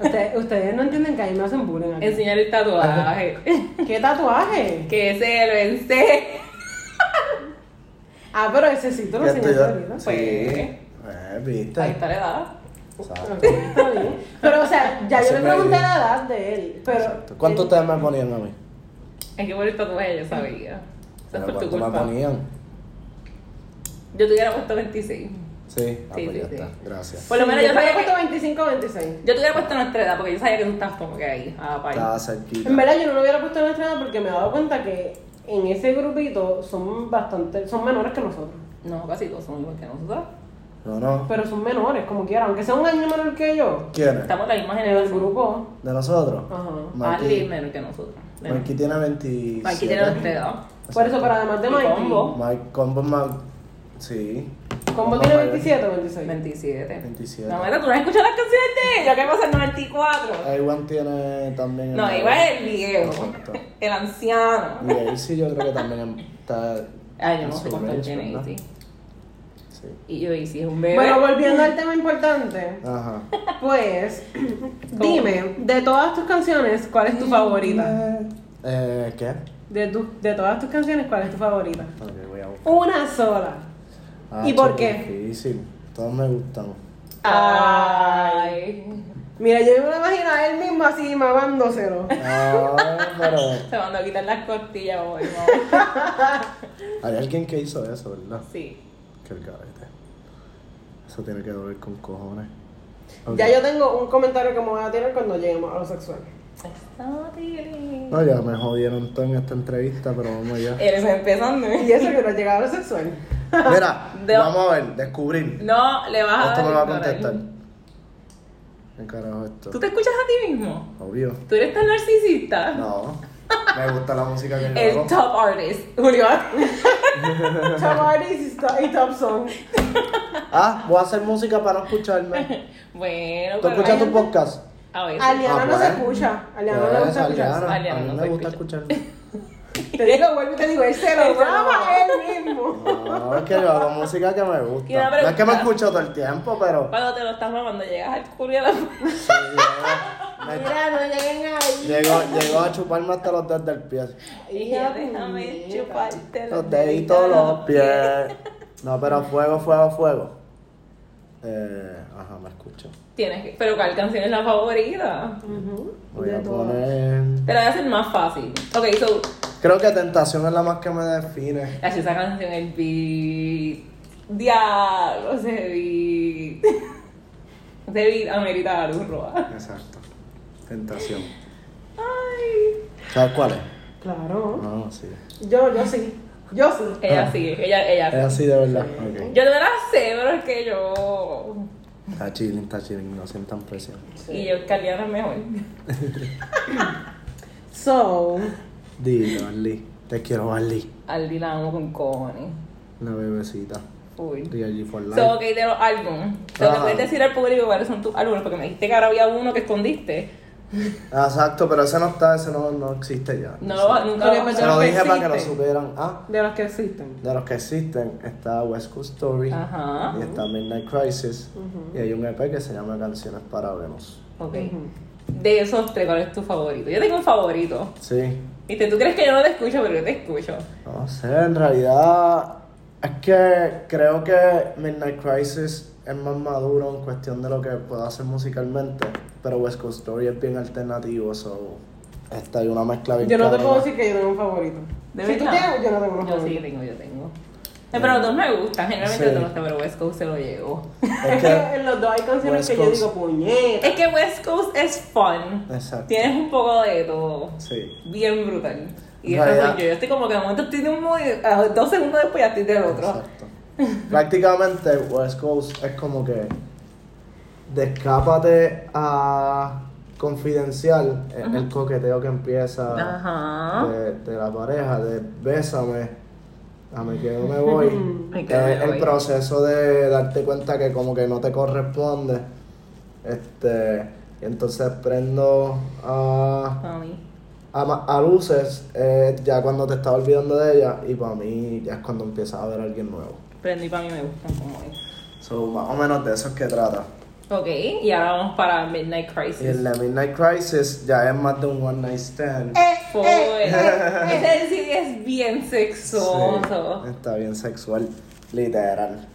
S1: Ustedes, ustedes no entienden que ahí me hacen bullying aquí.
S3: Enseñar el tatuaje.
S1: ¿Qué tatuaje?
S3: que se lo vencé.
S1: Ah, pero ese sí tú lo
S2: Ya estoy
S1: enseñaste
S2: yo-
S1: ahorita.
S2: Sí.
S3: Pues.
S2: Eh, viste.
S3: Ahí está la edad.
S2: Exacto.
S1: Ok, está bien. Pero, o sea, ya yo
S2: Ese
S1: le
S2: me
S1: pregunté
S2: ayuda.
S1: la edad de él. Pero
S2: Exacto. ¿Cuánto ustedes me ponían a mí?
S3: Es que por el tatuaje yo sabía. Eso es
S2: Pero
S3: por tu
S2: ¿Cuánto me
S3: culpa.
S2: ponían?
S3: Yo tuviera puesto 26.
S2: Sí, ah,
S3: Sí,
S2: pues ya
S3: sí, sí.
S2: está. Gracias.
S3: Por lo menos yo
S1: te
S3: sabía
S1: había
S3: que.
S1: puesto 25 o 26.
S3: Yo te hubiera puesto nuestra edad porque yo sabía que tú estabas como que ahí, a la par.
S2: Estaba cerquita.
S1: En verdad yo no lo hubiera puesto en nuestra edad porque me he dado cuenta que en ese grupito son bastante, son menores que nosotros.
S3: No, casi todos son igual que nosotros.
S2: No, no.
S1: Pero son menores, como quiera, aunque sea un año menor que yo.
S2: ¿Quién es?
S3: Estamos Ah, en la misma
S1: En el
S3: generación.
S1: grupo.
S2: ¿De nosotros?
S1: Ajá.
S3: Marley
S2: Mikey,
S3: menos que nosotros. Menos.
S2: Mikey tiene 27.
S3: Mikey tiene nuestra edad.
S1: Por eso, pero además de
S3: Y
S1: Mikey.
S3: Combo.
S2: Mike Combo más. Sí.
S1: Combo tiene 27 o 26.
S3: 27.
S2: 27.
S3: No, mira, tú no has escuchado las canciones de ella. ¿Qué pasa en 94?
S2: Iwan tiene también.
S3: No,
S2: el-
S3: iba el viejo.
S2: Exacto.
S3: El anciano.
S2: Y ahí sí, yo creo que también está.
S3: Ay, yo
S2: en
S3: no sé
S2: su
S3: cuánto
S2: range,
S3: tiene
S2: ¿verdad?
S3: Izzy.
S2: Sí.
S3: Y yo, Izzy es un bebé.
S1: Bueno, volviendo al tema importante,
S2: Ajá.
S1: pues, dime, de todas tus canciones, ¿cuál es tu favorita?
S2: Eh, ¿Qué?
S1: De, tu- de todas tus canciones, ¿cuál es tu favorita?
S2: Ok, voy a buscar. Ah,
S1: Una sola. ¿Y por qué?
S2: Difícil. Todos me gustan.
S3: Ay.
S1: Mira, yo me lo imagino a él mismo así mamándoselo.
S2: Ah, pero.
S3: Se mandó a quitar las costillas hoy, mamá.
S2: Hay alguien que hizo eso, ¿verdad?
S3: Sí.
S2: Que el cabete. Eso tiene que doler con cojones. Ok.
S1: Ya yo tengo un comentario que me voy a tirar cuando lleguemos a lo sexual.
S2: No, ya me jodieron todo en esta entrevista, pero vamos allá.
S3: Eres empezando.
S1: Y eso que no llegaba a lo sexual.
S2: Mira,
S3: De-
S2: vamos a ver, descubrir.
S3: No, le
S1: Ah,
S3: vas a
S2: Esto
S3: dar
S2: me va a
S3: ignorar.
S2: contestar. ¿Qué carajo es esto?
S3: ¿Tú te escuchas a ti mismo?
S2: Obvio.
S3: ¿Tú eres tan narcisista?
S2: No. Me gusta la música que yo
S3: El
S2: hago.
S3: top artist, Julio.
S1: Top artist y to- y top song.
S2: Ah, voy a hacer música para no escucharme.
S3: Bueno,
S2: ¿Tú escuchas tu
S3: gente-
S2: podcast?
S3: A ver.
S1: Aliana
S2: Ah,
S1: no se
S2: bueno.
S1: escucha. Aliana no le
S2: Pues,
S1: gusta escuchar.
S2: Aliana, a
S3: Aliana
S2: mí
S3: no
S2: me
S3: se
S2: gusta
S3: escucha.
S2: escuchar.
S1: Te digo, vuelvo y te digo, él se lo
S3: Él se lo
S1: graba
S3: graba.
S1: él mismo.
S2: No, es que yo hago música que me
S3: Y una
S2: gusta. No es que me
S3: pregunta.
S2: escucho todo el tiempo, pero.
S3: Cuando te lo estás mamando, llegas al culo
S2: sí, yo- me-
S1: Mira, no lleguen ahí.
S2: Llegó, llegó a chuparme hasta los dedos del pie.
S3: y ya déjame chuparte
S2: Los deditos, los pies. No, pero fuego, fuego, fuego. Eh, ajá, me escucho.
S3: Tienes que. Pero ¿cuál canción es la favorita?
S1: Ujú,
S2: Voy
S1: de
S2: a
S1: todo.
S2: poner.
S3: Te la voy a hacer más fácil. Ok, so.
S2: Creo que tentación es la más que me define.
S3: La esa canción, el beat. Diablo, ese beat. Ese beat amerita la luz roja.
S2: Exacto. Tentación.
S3: Ay.
S2: ¿Sabes cuál es?
S1: Claro.
S2: No, sí.
S1: Yo, yo sí. Yo sí.
S3: Ella
S2: Ah. Eh.
S3: sí, ella, ella
S2: Es
S3: sí.
S2: así de verdad.
S3: Yo
S2: Ok.
S3: de verdad sé, pero es que yo.
S2: Está chilling, está chilling, no sientan presión.
S3: Y yo, Caliana es mejor.
S1: So,
S2: Dile, Marley. Te quiero, Marley.
S3: Aldi la amo con cojones.
S2: Una bebecita.
S3: Uy.
S2: Real G for life.
S3: So, ok, de los álbumes. So, ¿le
S2: Ajá.
S3: puedes decir al público cuáles son tus álbumes? Porque me dijiste que ahora había uno que escondiste.
S2: Exacto, pero ese no está, ese no, no existe ya.
S3: No, lo- nunca lo
S1: Pero
S2: Se lo
S1: que
S2: dije para que lo
S1: existe.
S2: supieran. Ah,
S1: de los que existen.
S2: de los que existen está West Coast Story
S3: Ajá.
S2: y está Midnight Crisis
S1: Ujú.
S2: y hay un EP que se llama Canciones para Venus.
S3: Ok.
S1: Ujú.
S3: De esos tres, ¿cuál es tu favorito? Yo tengo un favorito.
S2: Sí,
S3: Viste, tú crees que yo no te escucho, pero yo te escucho.
S2: no sé, en realidad es que creo que Midnight Crisis es más maduro en cuestión de lo que puedo hacer musicalmente, pero West Coast Story es bien alternativo, so esta hay una mezcla bien
S1: Yo no te puedo
S2: cabrona.
S1: decir que yo tengo un favorito.
S3: ¿De
S1: si tú
S3: verdad?
S1: tienes, yo no tengo un
S3: Yo sí
S1: favorito.
S3: tengo, yo tengo. Eh, Pero los dos me gustan, generalmente
S2: Sí.
S3: los dos, pero West Coast se lo llevo.
S1: Es
S2: Es
S1: que
S2: que-
S1: en los dos hay canciones
S2: West
S1: que yo
S2: Coast.
S1: digo, puñeta.
S3: Es que West Coast es fun.
S2: Exacto.
S3: Tienes un poco de todo.
S2: Sí.
S3: Bien brutal. Y
S2: En
S3: eso
S2: realidad-
S3: soy yo. Yo estoy como que de momento estoy de un modo y a los dos segundos después ya estoy del otro.
S2: Exacto. Prácticamente West Coast es como que descápate a confidencial eh, el coqueteo que empieza
S3: Ajá.
S2: de, de la pareja, de bésame, a me que me voy.
S3: Me quedo, me
S2: Es el
S3: voy.
S2: proceso de darte cuenta que como que no te corresponde. Este, y entonces prendo a
S3: Para mí.
S2: a, ma- a luces eh, ya cuando te estaba olvidando de ella y para mí ya es cuando empiezas a ver a alguien nuevo.
S3: Prendí para mí me gustan como es.
S2: So, más o menos de eso es que trata.
S3: Ok, y ahora vamos para Midnight Crisis.
S2: En la Midnight Crisis ya es más de un one night stand.
S1: Eh,
S3: Full.
S1: eh, eh, eh.
S3: Ese sí es bien sexoso.
S2: Sí, está bien sexual, literal.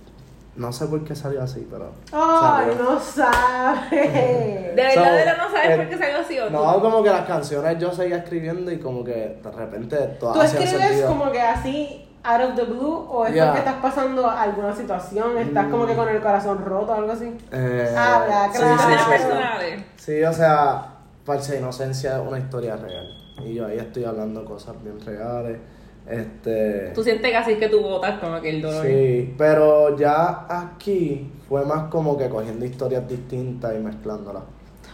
S2: No sé por qué salió así, pero.
S1: Ay,
S2: salió.
S1: no sabe.
S3: De verdad,
S2: So,
S3: de verdad no sabes
S2: eh,
S3: por qué salió así o
S2: No,
S3: tú.
S2: como que las canciones yo seguía escribiendo y como que de repente todas
S1: Tú
S2: hacían
S1: escribes
S2: sentido.
S1: como que así, out of the blue, o es
S2: Yeah.
S1: porque estás pasando alguna situación, estás como
S2: Mm.
S1: que con el corazón roto o algo así.
S2: Eh,
S1: Habla, Ah,
S2: sí,
S1: claro.
S2: sí,
S3: Personas
S2: sí, sí.
S3: personales.
S2: Sí, o sea, falsa inocencia es una historia real. Y yo ahí estoy hablando cosas bien reales. Este.
S3: Tú sientes que así es que tú botas como que el dolor.
S2: Sí, pero ya aquí fue más como que cogiendo historias distintas y mezclándolas.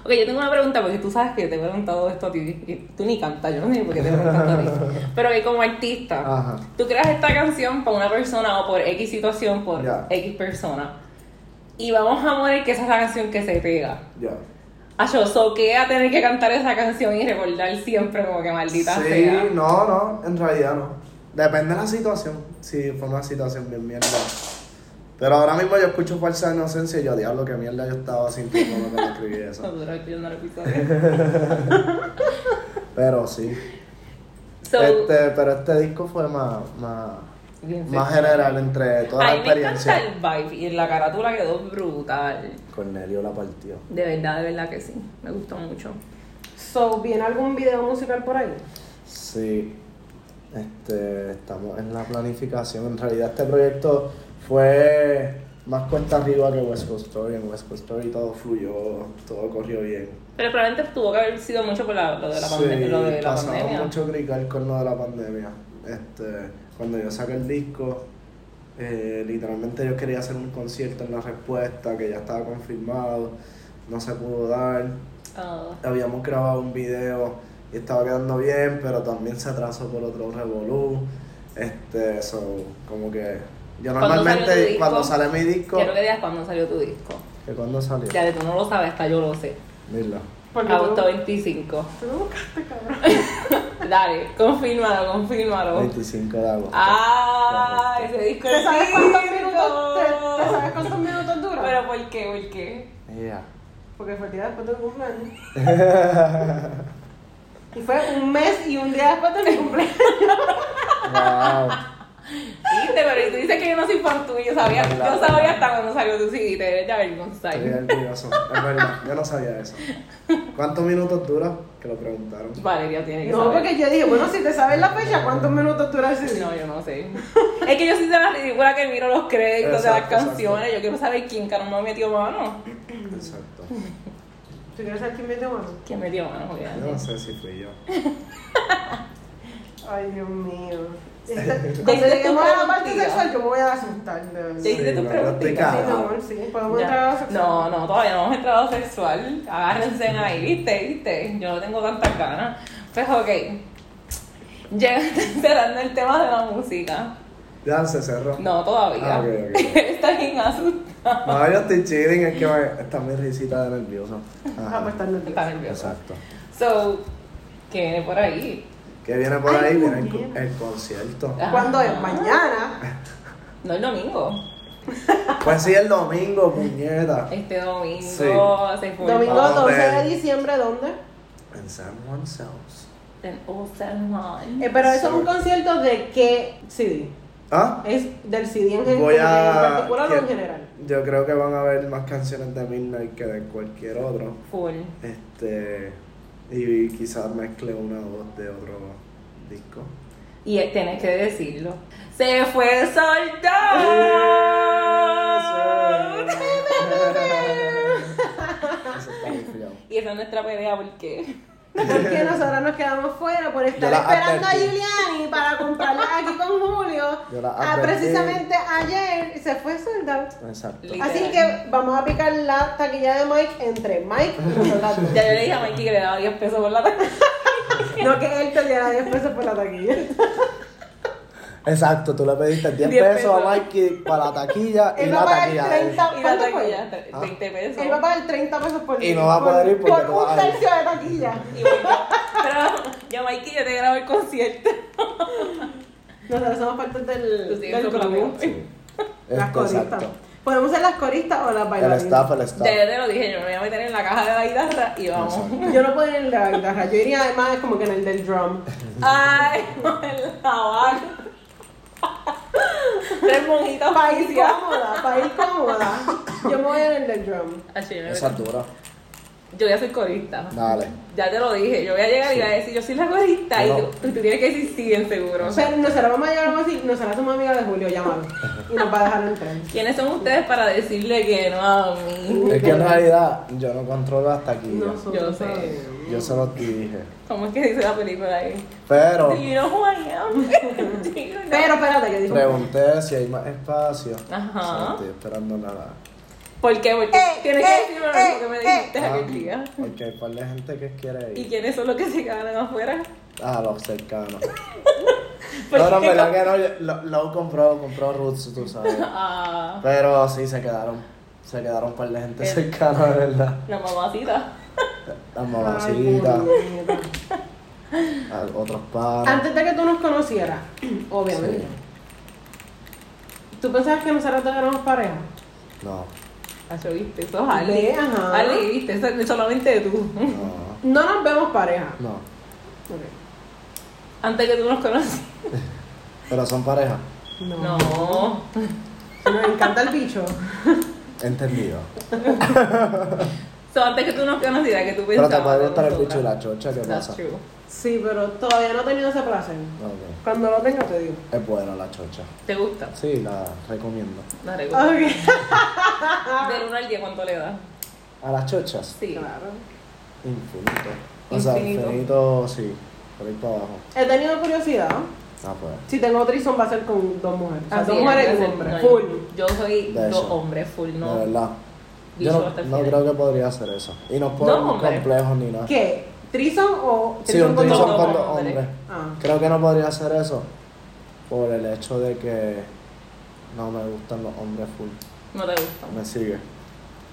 S3: Ok, yo tengo una pregunta porque tú sabes que te he preguntado esto a ti. y Tú ni cantas, yo no sé ni por qué te he preguntado a ti. Pero que como artista,
S2: Ajá.
S3: tú creas esta canción para una persona o por X situación, por
S2: Ya.
S3: X persona. Y vamos a poner que esa es la canción que se pega.
S2: Ya.
S3: Acho, Ah, so que a tener que cantar esa canción y recordar siempre como que maldita
S2: sí,
S3: sea.
S2: no, no, en realidad no. Depende de la situación. Sí, fue una situación bien mierda. Pero ahora mismo yo escucho falsa inocencia y yo, diablo, que mierda yo estaba sintiendo cuando escribí
S3: No
S2: eso.
S3: duró escuchando el episodio.
S2: Pero sí.
S3: So,
S2: Este, pero este disco fue más, más,
S3: bien
S2: más
S3: sexy.
S2: general entre toda la
S3: A mí me encanta
S2: experiencia.
S3: el vibe y la carátula quedó brutal.
S2: Cornelio la partió.
S3: De verdad, de verdad que sí. Me gustó mucho.
S1: So, ¿viene algún video musical por ahí?
S2: Sí, este, estamos en la planificación. En realidad este proyecto fue más cuesta arriba que West Coast Story. En West Coast Story todo fluyó, todo corrió bien.
S3: Pero probablemente tuvo que haber sido mucho por la- lo de la,
S2: Sí,
S3: pandemia- lo de la
S2: pasamos
S3: pandemia.
S2: mucho grical con lo de la pandemia. Este, cuando yo saqué el disco, eh, literalmente yo quería hacer un concierto en la respuesta que ya estaba confirmado, no se pudo dar.
S3: Ah,
S2: habíamos grabado un video y estaba quedando bien, pero también se atrasó por otro revolú. Este, so, como que yo
S3: ¿Cuándo salió tu
S2: normalmente
S3: disco?
S2: cuando sale mi disco,
S3: quiero que digas cuándo salió tu disco.
S2: que cuando salió,
S3: Ya que tú no lo sabes, hasta yo lo sé.
S2: Mira.
S1: Porque
S3: Agosto
S1: tú,
S3: 25.
S1: tú no buscaste, cabrón.
S3: Dale, confírmalo, confírmalo.
S2: 25 de agosto.
S3: Ah, ese disco
S1: ¿Te
S3: es
S1: sabes cuántos minutos, te,
S3: cínico.
S1: te sabes cuántos minutos dura?
S3: Pero ¿por qué? ¿Por qué?
S2: Yeah.
S1: Porque fue el día después de mi cumpleaños. y fue un mes y un día después de mi cumpleaños.
S2: Wow.
S3: Viste, pero y tú dices que yo no soy fan tuyo. Yo sabía, yo sabía hasta cuando salió tu CD. Te debes de avergonzar.
S2: Estoy orgulloso. Es verdad, yo no sabía eso. ¿Cuántos minutos dura? Que lo preguntaron.
S3: Valeria tiene que
S1: No,
S3: saber.
S1: porque yo dije, bueno, si te sabes la fecha, ¿cuántos minutos dura el CD?
S3: No, yo no sé. es que yo soy de la ridícula que miro los créditos
S2: Exacto,
S3: de las canciones. Yo quiero saber quién caramba me metió mano.
S2: Exacto.
S1: ¿Tú quieres saber quién me dio mano?
S3: ¿Quién metió mano? obviamente?
S2: Yo no sé si fui yo.
S1: Ay, Dios mío. Este-
S3: Te
S1: Cuando
S3: hice
S1: lleguemos
S3: tu
S1: a la parte
S3: preguntita.
S1: sexual, yo me voy a asustar. de verdad.
S3: Te
S1: Sí,
S2: Sí,
S3: hice tu
S2: la verdad, estoy
S3: preguntita.
S2: cagado.
S1: mi amor, sí. Podemos
S3: Ya.
S1: entrar a la sexual.
S3: No, no, todavía no hemos entrado a sexual. Agárrense ahí, viste, viste. Yo no tengo tantas ganas. Pues ok. Llegaste cerrando el tema de la música.
S2: Ya se cerró.
S3: No, todavía.
S2: Ah, ok, ok.
S3: Está bien asustada.
S2: No, yo estoy chilling, es que me, está mi risita de nervioso. Ajá.
S1: Ah, pues estás nerviosa.
S3: Está nerviosa.
S2: Exacto.
S3: So, ¿qué viene por ahí?
S2: Que viene por
S1: Ay,
S2: ahí,
S1: muy
S2: viene el,
S1: bien.
S2: co- el concierto.
S3: Ah.
S1: ¿Cuándo es? Mañana.
S3: No el domingo.
S2: Pues sí, el domingo, puñeta.
S3: Este domingo
S2: Sí.
S3: se formó.
S1: Domingo
S2: Ah,
S1: 12 de
S2: ok.
S1: diciembre, ¿dónde?
S2: En San Juan Sounds.
S3: En Old San Juan.
S1: Eh, pero eso es
S2: Sorry.
S1: un concierto de qué CD?
S2: ¿Ah?
S1: ¿Es del CD en, gen-
S2: Voy
S1: en
S2: a.
S1: particular o en
S2: que-
S1: general?
S2: Yo creo que van a haber más canciones de Midnight que de cualquier otro.
S3: Full.
S2: Este. Y quizás mezcle una o dos de otro disco.
S3: Y eh, tienes que decirlo. Se fue soldado.
S2: Eso está muy fiado.
S3: Y esa es nuestra pelea porque
S1: Porque nosotros nos quedamos fuera por estar
S2: Yo la
S1: esperando a
S2: advertí.
S1: Giuliani para comprarla aquí con Julio.
S2: Yo la
S1: Ah,
S2: advertí.
S1: precisamente ayer se fue soldado.
S2: Exacto.
S3: Literal.
S1: Así que vamos a picar la taquilla de Mike entre Mike y nosotras dos.
S3: ya yo le dije a Mikey que le daba 10 pesos por la tarde.
S1: No que él te diera 10 pesos por la taquilla.
S2: Exacto, tú le pediste 10,
S3: 10
S2: pesos
S3: pesos.
S2: a Mikey para la taquilla y
S1: Él va a
S2: la
S1: pagar
S2: taquilla. de él.
S1: 30
S3: Y la
S1: Ah, ¿Cuánto fue?
S3: taquilla, tre-
S2: Ah.
S3: 20 pesos.
S1: Él va a pagar 30 pesos por
S2: Y no va a poder ir porque
S1: por
S2: no va
S1: un
S2: a ir.
S1: tercio de taquilla.
S3: Y voy yo. Pero yo, Mikey, yo te grabo el concierto.
S1: Nosotros somos parte del,
S3: Tú sigues
S1: del
S3: tu plan.
S1: grupo.
S2: Sí.
S1: Las
S2: Este,
S1: cositas.
S2: exacto.
S1: ¿Podemos ser las coristas o las
S2: El
S1: bailarinas?
S2: staff, el staff.
S3: Ya yo te lo dije, yo me voy a meter en la caja de la guitarra y vamos.
S1: Yo no puedo ir en la guitarra, yo iría además como que en el del drum.
S3: Ay, en la vaca. Tres monjitas
S1: Para ir
S3: paisias.
S1: cómoda, para ir cómoda. Yo me voy en el del drum.
S3: Ay, yo me-
S2: Esa es dura.
S3: Yo voy a ser corista.
S2: Dale.
S3: Ya te lo dije, yo voy a llegar y voy a decir, yo soy la corista. Y
S2: No.
S3: tú, y tú tienes que decir, sí, en seguro.
S1: Pero nosotros vamos a llegar algo así, nosotras somos amigas de Julio, llámalo. Y nos va a dejar entrar.
S3: ¿Quiénes son ustedes para decirle que no a mí?
S2: Es que en realidad yo no controlo hasta aquí.
S1: Nosotros-
S3: sé.
S2: Yo se los dije.
S3: ¿Cómo es que dice la película ahí?
S2: Pero
S3: Do you know who I am? Do you know?
S1: Pero espérate, que dijo.
S2: pregunté si hay más espacio.
S3: Ajá.
S2: O sea, estoy esperando nada.
S3: ¿Por qué? Porque
S1: Eh,
S3: tienes
S1: eh,
S3: que decirme lo mismo
S1: eh,
S3: que me dijiste
S2: Ah,
S3: aquel día.
S2: Porque hay par de gente que quiere
S3: ¿Y
S2: ir.
S3: quiénes son los que se quedaron afuera?
S2: Ah, los cercanos.
S3: ¿Por
S2: No, no,
S3: qué
S2: verdad que no. yo- Lo, lo compró, compró Roots, tú sabes.
S3: Ah, Eh.
S2: Pero sí, se quedaron. Se quedaron un par de gente
S3: El-
S2: cercana, de verdad.
S3: la mamacita.
S2: Las
S1: Ay,
S2: mamacitas,
S1: puñeta.
S2: a otros panas.
S1: Antes de que tú nos conocieras, obviamente. ¿Tú pensabas que nosotros éramos pareja?
S2: No,
S3: Eso Ah, viste, eso es Ale.
S1: Ve, ajá.
S3: Ale, viste, eso no es solamente tú.
S2: no,
S1: No nos vemos pareja.
S2: no.
S1: Ok.
S3: Antes que tú nos conoces.
S2: Pero son pareja.
S1: No.
S3: No.
S1: Si Nos encanta el bicho.
S2: Entendido.
S3: So, antes que tú nos conocieras, que tú
S2: Pero
S3: pensabas.
S2: te puede
S3: Pues de
S2: gustar el
S3: nosotras.
S2: bicho y la chocha, ¿qué
S3: That's
S2: pasa?
S3: true.
S1: Sí, pero todavía no he tenido ese placer.
S2: Ok.
S1: Cuando lo tenga te digo.
S2: Es buena la chocha.
S3: ¿Te gusta?
S2: Sí, la recomiendo.
S3: La recuerdo.
S1: Ok.
S3: Del 1 al 10, ¿cuánto le das?
S2: A las chochas,
S3: Sí.
S1: Claro.
S2: infinito. O sea,
S3: Infinito.
S2: infinito, sí. Por ahí para abajo.
S1: He tenido curiosidad.
S2: Ah, pues.
S1: Si tengo threesome va a ser con dos mujeres. O sea,
S3: Así
S1: dos
S3: es,
S1: mujeres y
S3: yo
S1: un
S3: soy-
S1: hombre.
S3: no,
S1: Full.
S3: Yo soy
S2: De
S3: dos
S2: eso.
S3: hombres, full, no.
S2: De verdad.
S3: Bicho
S2: Yo no,
S3: hasta el
S2: no
S3: final.
S2: creo que podría hacer eso. Y no por
S3: No, hombre.
S2: complejos ni nada.
S1: ¿Qué? ¿Trison o
S2: Sí,
S1: con
S2: un trío
S1: dos
S3: threesome
S2: con
S1: hombres?
S2: dos
S3: hombres.
S2: hombres.
S1: Ah.
S2: Creo que no podría hacer eso por el hecho de que no me gustan los hombres full.
S3: No te gusta.
S2: Me sigue.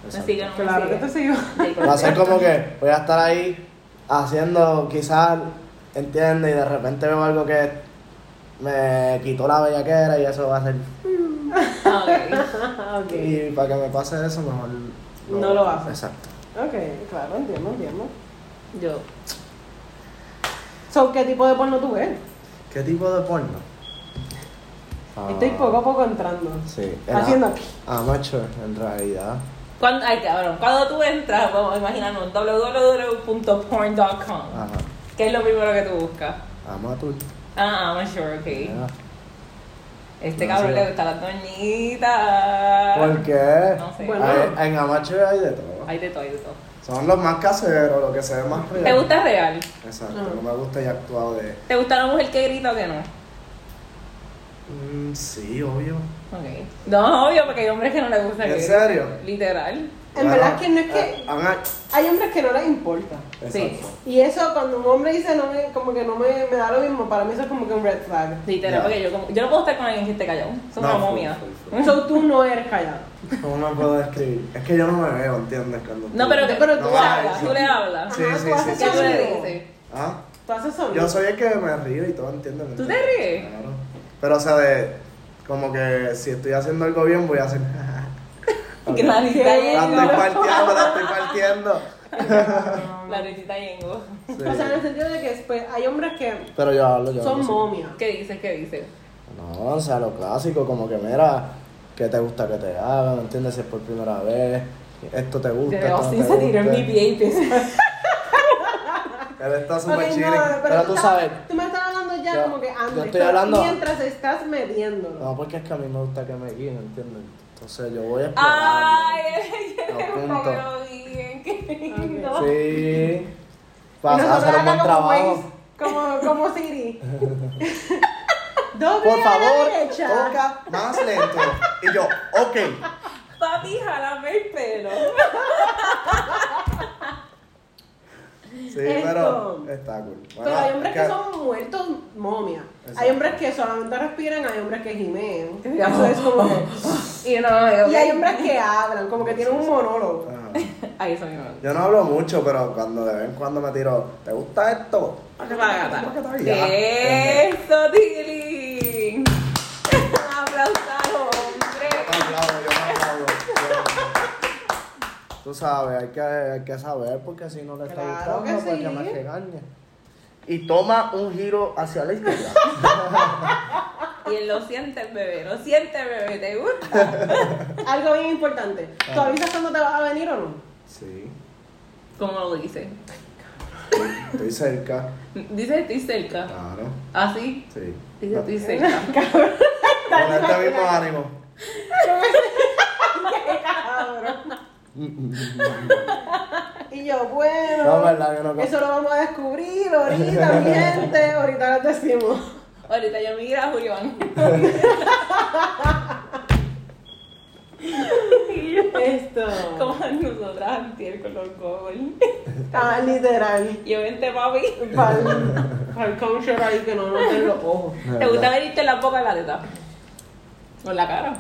S3: Me
S2: Exacto.
S3: siguen, no
S1: Claro que
S3: me
S1: te
S3: siguen.
S1: sigo.
S2: Va a ser como que voy a estar ahí haciendo, quizás, entiende, y de repente veo algo que me quitó la bellaquera y eso va a ser.
S3: Ah, ok.
S1: Ah, ok.
S2: Y para que me pase eso, mejor.
S1: No lo haces.
S2: Exacto.
S1: Ok, claro, entiendo, entiendo.
S3: Yo.
S1: So, ¿qué tipo de porno tú ves?
S2: ¿Qué tipo de porno? Ah,
S1: Estoy poco a poco entrando.
S2: Sí.
S1: Haciendo.
S2: Amateur, en realidad.
S3: Cuando, ay, cabrón, cuando tú entras, vamos a imaginarnos www.porn.com,
S2: Ajá.
S3: ¿qué es lo primero que tú buscas?
S2: Amateur.
S3: Ah, I'm sure, ok.
S2: ya.
S3: Este
S2: No,
S3: cabrón
S2: sí.
S3: le gusta las doñitas.
S2: ¿Por qué?
S3: No sé.
S1: Ah. Bueno.
S2: Hay- en amateur hay de todo.
S3: Hay de todo, hay de todo.
S2: Son los más caseros, los que se ven más real.
S3: ¿Te gusta real?
S2: Exacto,
S1: Ah.
S2: no me gusta ya actuado de.
S3: ¿Te gusta la mujer que grita o que no?
S2: Mm, sí, obvio.
S3: Ok. No, obvio, porque hay hombres que no les gusta que
S2: ¿En serio?
S3: Literal.
S1: En verdad es que no es que-
S2: Ah, ah,
S1: Hay hombres que no les importa.
S2: exacto.
S1: Y eso, cuando un hombre dice, no me, como que no me, me da lo mismo, para mí eso es como que un red flag.
S3: Literal,
S2: Ya.
S3: porque yo, como, yo no puedo estar con alguien que esté callado. Eso
S2: No,
S3: es una
S2: full,
S3: momia.
S2: full,
S1: So, tú no eres callado.
S2: ¿Cómo me puedo describir? Es que yo no me veo, ¿entiendes? Cuando
S3: No, pero,
S1: Pero tú
S3: tú,
S2: no,
S3: hablas,
S2: sí.
S3: tú le hablas.
S2: Sí,
S1: Ajá,
S2: sí,
S1: tú
S2: sí,
S1: haces
S2: sí,
S3: ¿Qué tú le
S1: sonido.
S3: dices?
S2: Ah,
S1: Tú haces sonido.
S2: yo soy el que me río y todo, ¿entiendes?
S3: ¿Tú te ríes?
S2: Claro. Pero, o sea, de. Como que si estoy haciendo algo bien, voy a hacer.
S3: Que la risita
S1: Sí.
S2: La
S3: Yengo.
S2: estoy partiendo, la estoy partiendo.
S3: La risita Yengo.
S1: O sea, en el
S2: Sí.
S1: sentido de que pues, hay hombres que
S2: Pero yo hablo, yo
S1: son
S2: hablo. sí.
S1: momias.
S3: ¿Qué dices? ¿Qué dices?
S2: No, o sea, lo clásico, como que mira, ¿qué te gusta que te hagan? ¿Entiendes? Si es por primera vez, esto te gusta.
S3: Te
S2: esto
S3: veo
S2: no
S3: sin
S2: te
S3: se tiró en
S2: gusta.
S3: mi pie y pensé.
S2: Él está
S1: Ok,
S2: súper chilling.
S1: no,
S2: pero, tú
S1: estás-
S2: sabes.
S1: Tú me estás hablando ya
S2: Yo-
S1: como que
S2: yo
S1: antes.
S2: estoy
S1: pero
S2: hablando-
S1: Mientras estás mediéndolo.
S2: No, porque es que a mí me gusta que me guíen, ¿entiendes? Entonces yo voy a explorar.
S3: Ay,
S2: Lo
S3: para
S2: apunto.
S3: que lo digan. Qué lindo.
S2: Sí.
S1: Y
S2: Para
S1: nosotros
S2: hacer un
S1: acá
S2: buen
S1: como
S2: trabajo.
S1: Waze, como, como Siri. Doble
S2: Por favor,
S1: a la derecha.
S2: toca más lento. Y yo, ok.
S3: Papi, jalame el pelo.
S2: Sí,
S1: Esto.
S2: pero está cool. Bueno,
S1: Pero hay hombres
S2: es
S1: que son muertos momia.
S2: Exacto.
S1: Hay hombres que solamente respiran, hay hombres que gimen.
S3: Sí.
S1: Ya eso es como que-
S3: Y no,
S1: Y hay hombres que hablan, como que tienen un monólogo.
S2: Ah,
S3: Ay, eso mismo.
S2: Yo no hablo mucho, pero cuando de vez en cuando me tiro, ¿te gusta esto? Ya.
S3: Eso, Tilly. Aplausos, hombre.
S2: Yo no aplaudo, yo no aplaudo. Tú sabes, hay que, hay que saber porque si no le está
S1: Claro
S2: gustando,
S1: que
S2: pues que
S1: sí.
S2: me regañe. Y toma un giro hacia la izquierda.
S3: Y él lo siente, bebé, lo siente, bebé, ¿te gusta?
S1: Algo bien importante. ¿Tú avisas cuando te vas a venir o no?
S2: sí,
S3: ¿Cómo lo dice?
S2: estoy cerca.
S3: Dice, estoy cerca.
S2: Claro,
S3: Así.
S2: sí.
S3: Dice,
S2: Con
S3: estoy cerca.
S2: este mismo ánimo.
S1: Cabrón. y yo, bueno.
S2: No, verdad, yo no
S1: Eso lo vamos a descubrir ahorita, mi gente. Ahorita lo decimos.
S3: Ahorita yo miro a Julián. Y yo,
S1: Esto.
S3: Como nosotras antier con los goggles.
S1: Ah, literal.
S3: Yo vente, papi.
S1: Para el counselor ahí que no nos den los ojos.
S3: ¿Te gusta venirte en la boca o en la teta? O en la cara.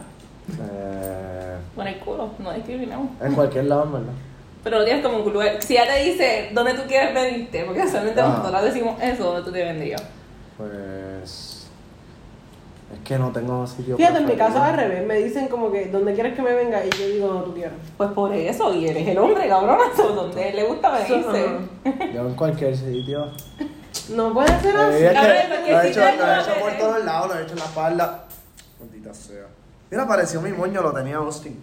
S2: Eh,
S3: O en el culo. No discriminamos.
S2: en cualquier lado, en ¿verdad?
S3: Pero lo tienes como un lugar. Si ella te dice dónde tú quieres venirte, porque solamente
S2: Ah.
S3: nosotras decimos eso, ¿dónde tú te vendrías?
S2: Pues. Es que no tengo sitio.
S1: Fíjate, en mi
S2: preferido.
S1: caso al revés. Me dicen como que donde quieres que me venga y yo digo, no, tú quieres.
S3: Pues por eso, y eres el hombre, cabronazo, donde le gusta venirse.
S2: Yo en cualquier sitio.
S1: No puede ser
S2: Eh,
S1: así.
S2: es
S3: Cabrón,
S2: que
S3: porque
S2: lo he
S3: si
S2: hecho,
S3: no es
S2: lo he hecho
S3: nueve.
S2: por todos lados, lo he hecho en la espalda. Maldita sea. Mira, apareció mi moño, lo tenía Austin.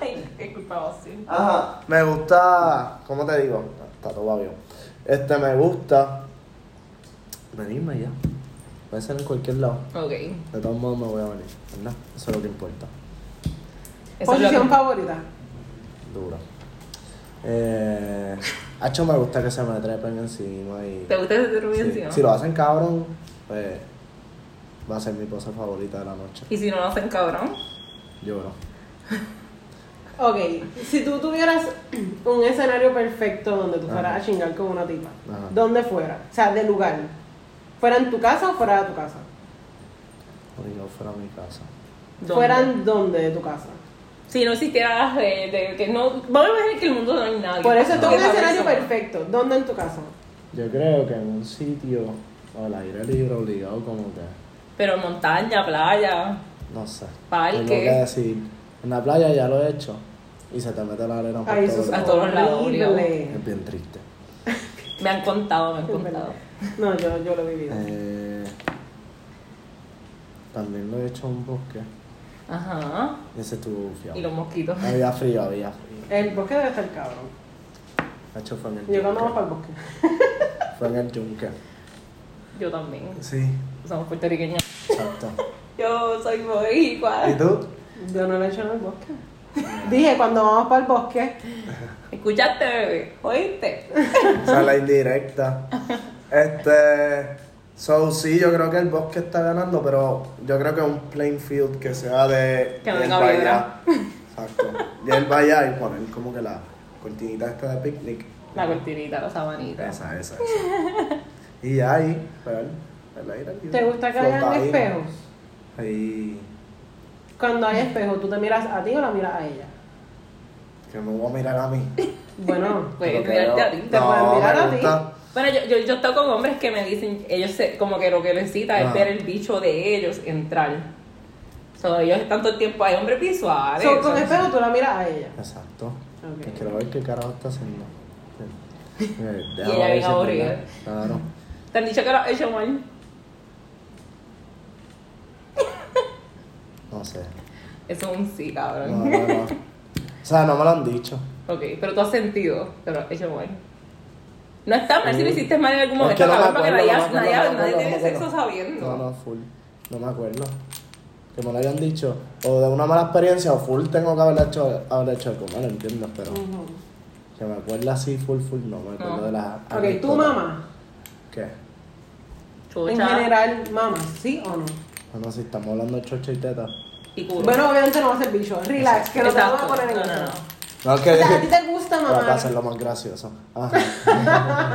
S3: Ay, qué culpa sí.
S2: Ajá. Me gusta. ¿Cómo te digo? Está todo bien. Este, me gusta. Venirme ya. Puede ser en cualquier lado.
S3: Ok.
S2: De todos modos me voy a venir, ¿verdad? Eso es lo que importa.
S3: Eso es lo
S1: Posición
S3: que-
S1: favorita.
S2: Duro. Eh, Hacho me gusta que se me trepen encima y.
S3: ¿Te gusta ese truco
S2: Sí.
S3: encima?
S2: Si lo hacen cabrón, pues va a ser mi cosa favorita de la noche.
S3: Y si no lo hacen cabrón,
S2: Lloro.
S1: Ok, si tú tuvieras un escenario perfecto donde tú fueras
S2: Ajá.
S1: a chingar con una tipa,
S2: Ajá.
S1: ¿dónde fuera? O sea, de lugar. ¿Fuera en tu casa o fuera de tu casa?
S2: Porque yo fuera a mi casa.
S3: ¿dónde?
S1: ¿Fueran dónde de tu casa?
S3: Si no existiera las de, de- que no. Vamos a imaginar que el mundo no hay nadie.
S1: Por eso esto es
S3: Porque
S1: un
S3: sabes
S1: escenario
S3: somos.
S1: perfecto. ¿Dónde en tu casa?
S2: Yo creo que en un sitio al aire libre obligado como que,
S3: Pero montaña, playa.
S2: no sé.
S3: Parque.
S2: Tengo que decir, en la playa ya lo he hecho y se te mete la arena por
S1: Ay, eso es
S2: todos
S3: A
S2: lados.
S3: todos lados,
S1: horrible.
S2: Es bien triste.
S3: Me han contado, me han
S1: Es verdad.
S3: contado.
S1: No, yo, yo lo he vivido.
S2: Eh, también lo he hecho en un bosque.
S3: Ajá.
S2: Ese estuvo fiado.
S3: Y los mosquitos.
S2: Había frío, había frío.
S1: El bosque debe estar cabrón.
S2: Hacho fue en el
S1: Yo cuando vamos
S2: yunque.
S1: para el bosque.
S2: Fue en el yunque.
S3: Yo también.
S2: Sí,
S3: Somos puertorriqueños.
S2: exacto.
S3: Yo soy boricua.
S2: ¿Y tú?
S1: Yo no lo he hecho en el bosque. Dije, cuando vamos para el bosque,
S3: ¿Escuchaste, bebé? ¿Oíste?
S2: O sea, la indirecta. Este. So, sí, yo creo que el bosque está ganando, pero yo creo que un playing field que sea de.
S3: Que no
S2: de
S3: tenga
S2: Bahía.
S3: vibra.
S2: Exacto. Y el vaya y poner como que la cortinita esta de picnic.
S3: La cortinita, la sabanita.
S2: Esa, esa, esa. Y ya ahí, ver, el aire libre.
S1: ¿te gusta que hayan
S2: Flotadina.
S1: espejos?
S2: Ahí.
S1: Cuando hay espejos, ¿tú te miras a ti o la miras a ella?
S2: Que me voy a mirar a mí.
S1: Bueno,
S3: Pues,
S2: Porque
S3: mirarte
S2: yo-
S3: a ti, te
S2: no,
S1: pueden mirar
S2: me
S1: a ti.
S2: gusta.
S3: Bueno, yo, yo, yo he estado con hombres que me dicen, ellos se- como que lo que les excita es
S2: Ah.
S3: ver el bicho de ellos entrar. So, ellos están todo el tiempo, hay hombres visuales.
S1: So, con este-
S3: so-
S1: espejo tú la miras a ella.
S2: Exacto.
S1: Ok.
S2: Que quiero ver qué carajo está haciendo. Eh,
S3: Y ella
S2: ver
S3: bien
S2: si es
S3: aburrida.
S2: verdad. Claro.
S3: Te han dicho que lo has hecho mal.
S2: No sé.
S3: Eso es un sí,
S2: No,
S3: cabrón.
S2: no, no. O sea, no me lo han dicho.
S3: Ok, pero tú has sentido que lo has hecho mal. No está mal si lo
S2: Mm.
S3: hiciste mal en algún
S2: Es
S3: momento,
S2: que no me
S3: cabrón, porque nadie,
S2: acuerdo, no me
S3: nadie,
S2: acuerdo, no me
S3: nadie
S2: acuerdo,
S3: tiene
S2: no me
S3: sexo
S2: acuerdo.
S3: sabiendo.
S2: No, no, full. No me acuerdo. Que me lo hayan dicho. O de una mala experiencia, o full tengo que haber hecho, haber hecho algo mal, entiendo, pero
S1: Ujú.
S2: que me acuerdo así, full, full, no me acuerdo
S3: No.
S2: de la.
S1: Ok, tú
S2: anécdota.
S1: mamá,
S2: ¿Qué?
S3: Chucha.
S1: en general, mamá, ¿sí o no?
S2: No, no, si estamos hablando de chocha y teta.
S3: Y culo.
S1: Bueno, obviamente no va a ser bicho. Relax, que no te vamos a
S3: Exacto.
S1: poner en
S3: No, no,
S1: contra.
S3: no.
S2: No, que.
S1: O sea, ¿a ti te gusta
S2: Para
S1: mamá?
S2: hacerlo más gracioso. Ajá.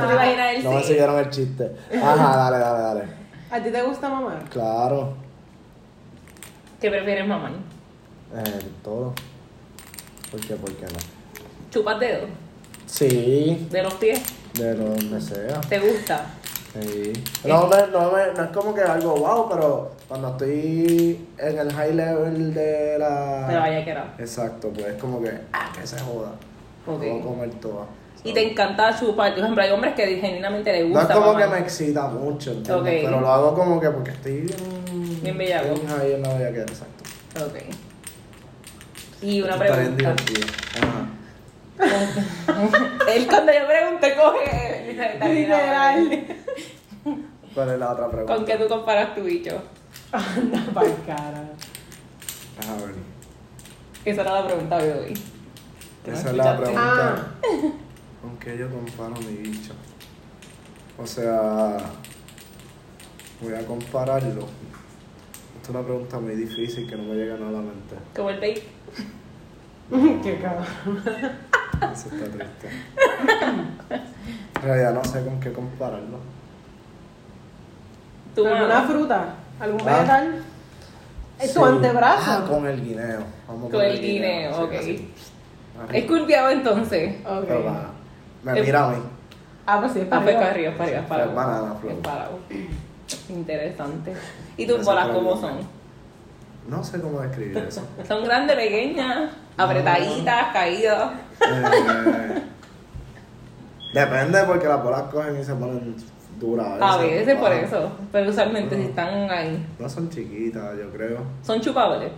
S3: ¿Tú te imaginas el
S2: No me
S3: sí?
S2: siguieron el chiste. Ajá, dale, dale, dale.
S1: ¿A ti te gusta mamar?
S2: Claro.
S3: ¿Qué prefieres, mamá?
S2: Eh, todo. ¿Por qué? ¿Por qué no?
S3: ¿Chupas dedos?
S2: Sí,
S3: ¿De los pies?
S2: de donde sea.
S3: ¿Te gusta?
S2: Sí. No, me- no, me- no es como que algo wow, pero cuando estoy en el high level de la.
S3: Te la vaya a quedar.
S2: Exacto, pues es como que. ¡Ah, que se joda! No
S3: Ok.
S2: puedo comer todas.
S3: Y te encanta chupar. Por ejemplo, hay hombres que genuinamente les
S2: No
S3: gusta.
S2: es como
S3: mamá.
S2: que me excita mucho, ¿entiendes?
S3: Ok.
S2: Pero lo hago como que porque estoy bien.
S3: Bien bellaco.
S2: bien Ahí en la bellaquera, exacto.
S3: Ok. Y una
S2: Está bien
S3: pregunta.
S2: divertido. Ajá.
S3: Él cuando yo pregunté coge literal.
S1: Literal.
S2: ¿Cuál es la otra pregunta?
S3: ¿Con qué tú comparas tu bicho?
S1: Anda pa'l cara.
S2: Ajá, bueno.
S3: Ah, Esa era la pregunta de hoy. no
S2: Esa es la
S3: escuchaste?
S1: Ah.
S2: pregunta. ¿Con qué yo comparo mi bicho? O sea, voy a compararlo. Esta es una pregunta muy difícil que no me llega nada a la mente.
S3: Como el bait.
S1: Qué cabrón.
S2: Eso está triste. En realidad no sé con qué compararlo.
S3: Tu
S1: ¿Alguna
S3: mano.
S1: fruta? ¿Algún
S2: Ah.
S1: vegetal? ¿Es tu
S2: Sí.
S1: antebrazo?
S2: Ah, con el guineo. Vamos
S3: Con el guineo,
S2: sí,
S3: ok.
S2: así. Arriba.
S3: Es culpeado entonces.
S1: Ok.
S2: Pero va, Me
S3: Es-
S2: mira a mí.
S1: Ah, pues sí, es
S3: Ah,
S1: para
S3: pues para
S1: arriba.
S3: arriba, para arriba, para
S2: Fue banana, fue.
S3: Para Interesante. ¿Y tus
S2: Eso
S3: bolas
S2: fue
S3: cómo
S2: bien.
S3: son?
S2: No sé cómo describir eso.
S3: Son grandes, pequeñas, apretaditas, caídas.
S2: Eh, depende porque las bolas cogen y se ponen duras.
S3: A veces por
S2: Ah,
S3: eso. Pero usualmente
S2: No.
S3: si están ahí.
S2: No son chiquitas, yo creo.
S3: Son chupables.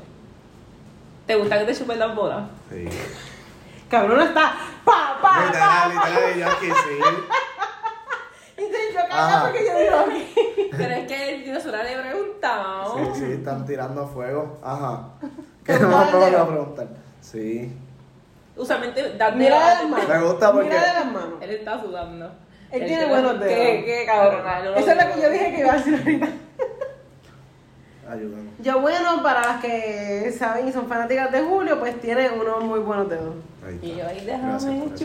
S3: ¿Te gusta que te chupen las bolas?
S2: Sí.
S1: Cabrón está. Pa, pa,
S2: Literal,
S1: pa.
S2: literal, yo aquí sí.
S1: Y se yo
S2: Ajá.
S1: calla porque yo digo. ok.
S3: Pero es que nosotros le preguntamos.
S2: Sí, sí, están tirando fuego. Ajá.
S1: ¿Te
S2: ¿Qué más
S1: gusta el
S2: me
S1: dedo?
S2: a preguntar? Sí.
S3: Usualmente, date
S1: Mira de las manos.
S2: Me gusta porque-
S1: Mira de las manos.
S3: Él está sudando.
S1: Él tiene buenos dedos.
S3: Qué, qué cabrona. no lo
S1: Esa es la que
S3: digo.
S1: yo dije que iba a decir ahorita.
S2: Ayúdame.
S1: Yo, bueno, para las que saben y son fanáticas de Julio, pues tiene unos muy buenos dedos.
S2: Ahí está.
S3: Y yo ahí
S2: Gracias
S3: déjame
S2: por eso.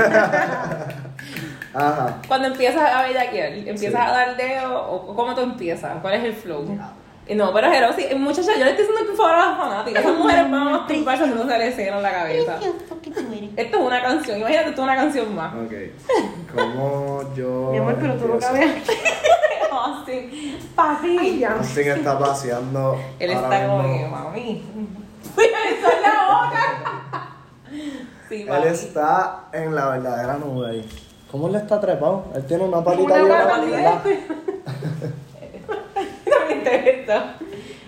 S3: chupar.
S2: Ajá.
S3: Cuando empiezas a bellaquear, ¿empiezas
S2: Sí.
S3: a dar dedo o cómo tú empiezas? ¿Cuál es el flow? Y No, pero Jero, sí, muchacha, yo le estoy diciendo que favor a las fanáticas. Esas mujeres van a masturbarse no se les cierran la cabeza. Esto es una canción, imagínate, esto es una canción más.
S2: Ok. ¿Cómo yo.
S1: Mi amor, pero tú no
S2: empiezo?
S1: cabes aquí.
S3: Así, papi.
S1: Ay, ya.
S2: Austin está paseando.
S3: Él
S2: ahora
S3: está como que,
S2: mismo.
S3: mami. Eso es la boca. Sí,
S2: Él
S3: papi.
S2: está en la verdadera nube ahí. ¿Cómo él está trepado? Él tiene una patita
S1: Una
S2: y una
S1: mano,
S2: patita.
S3: También te gusta.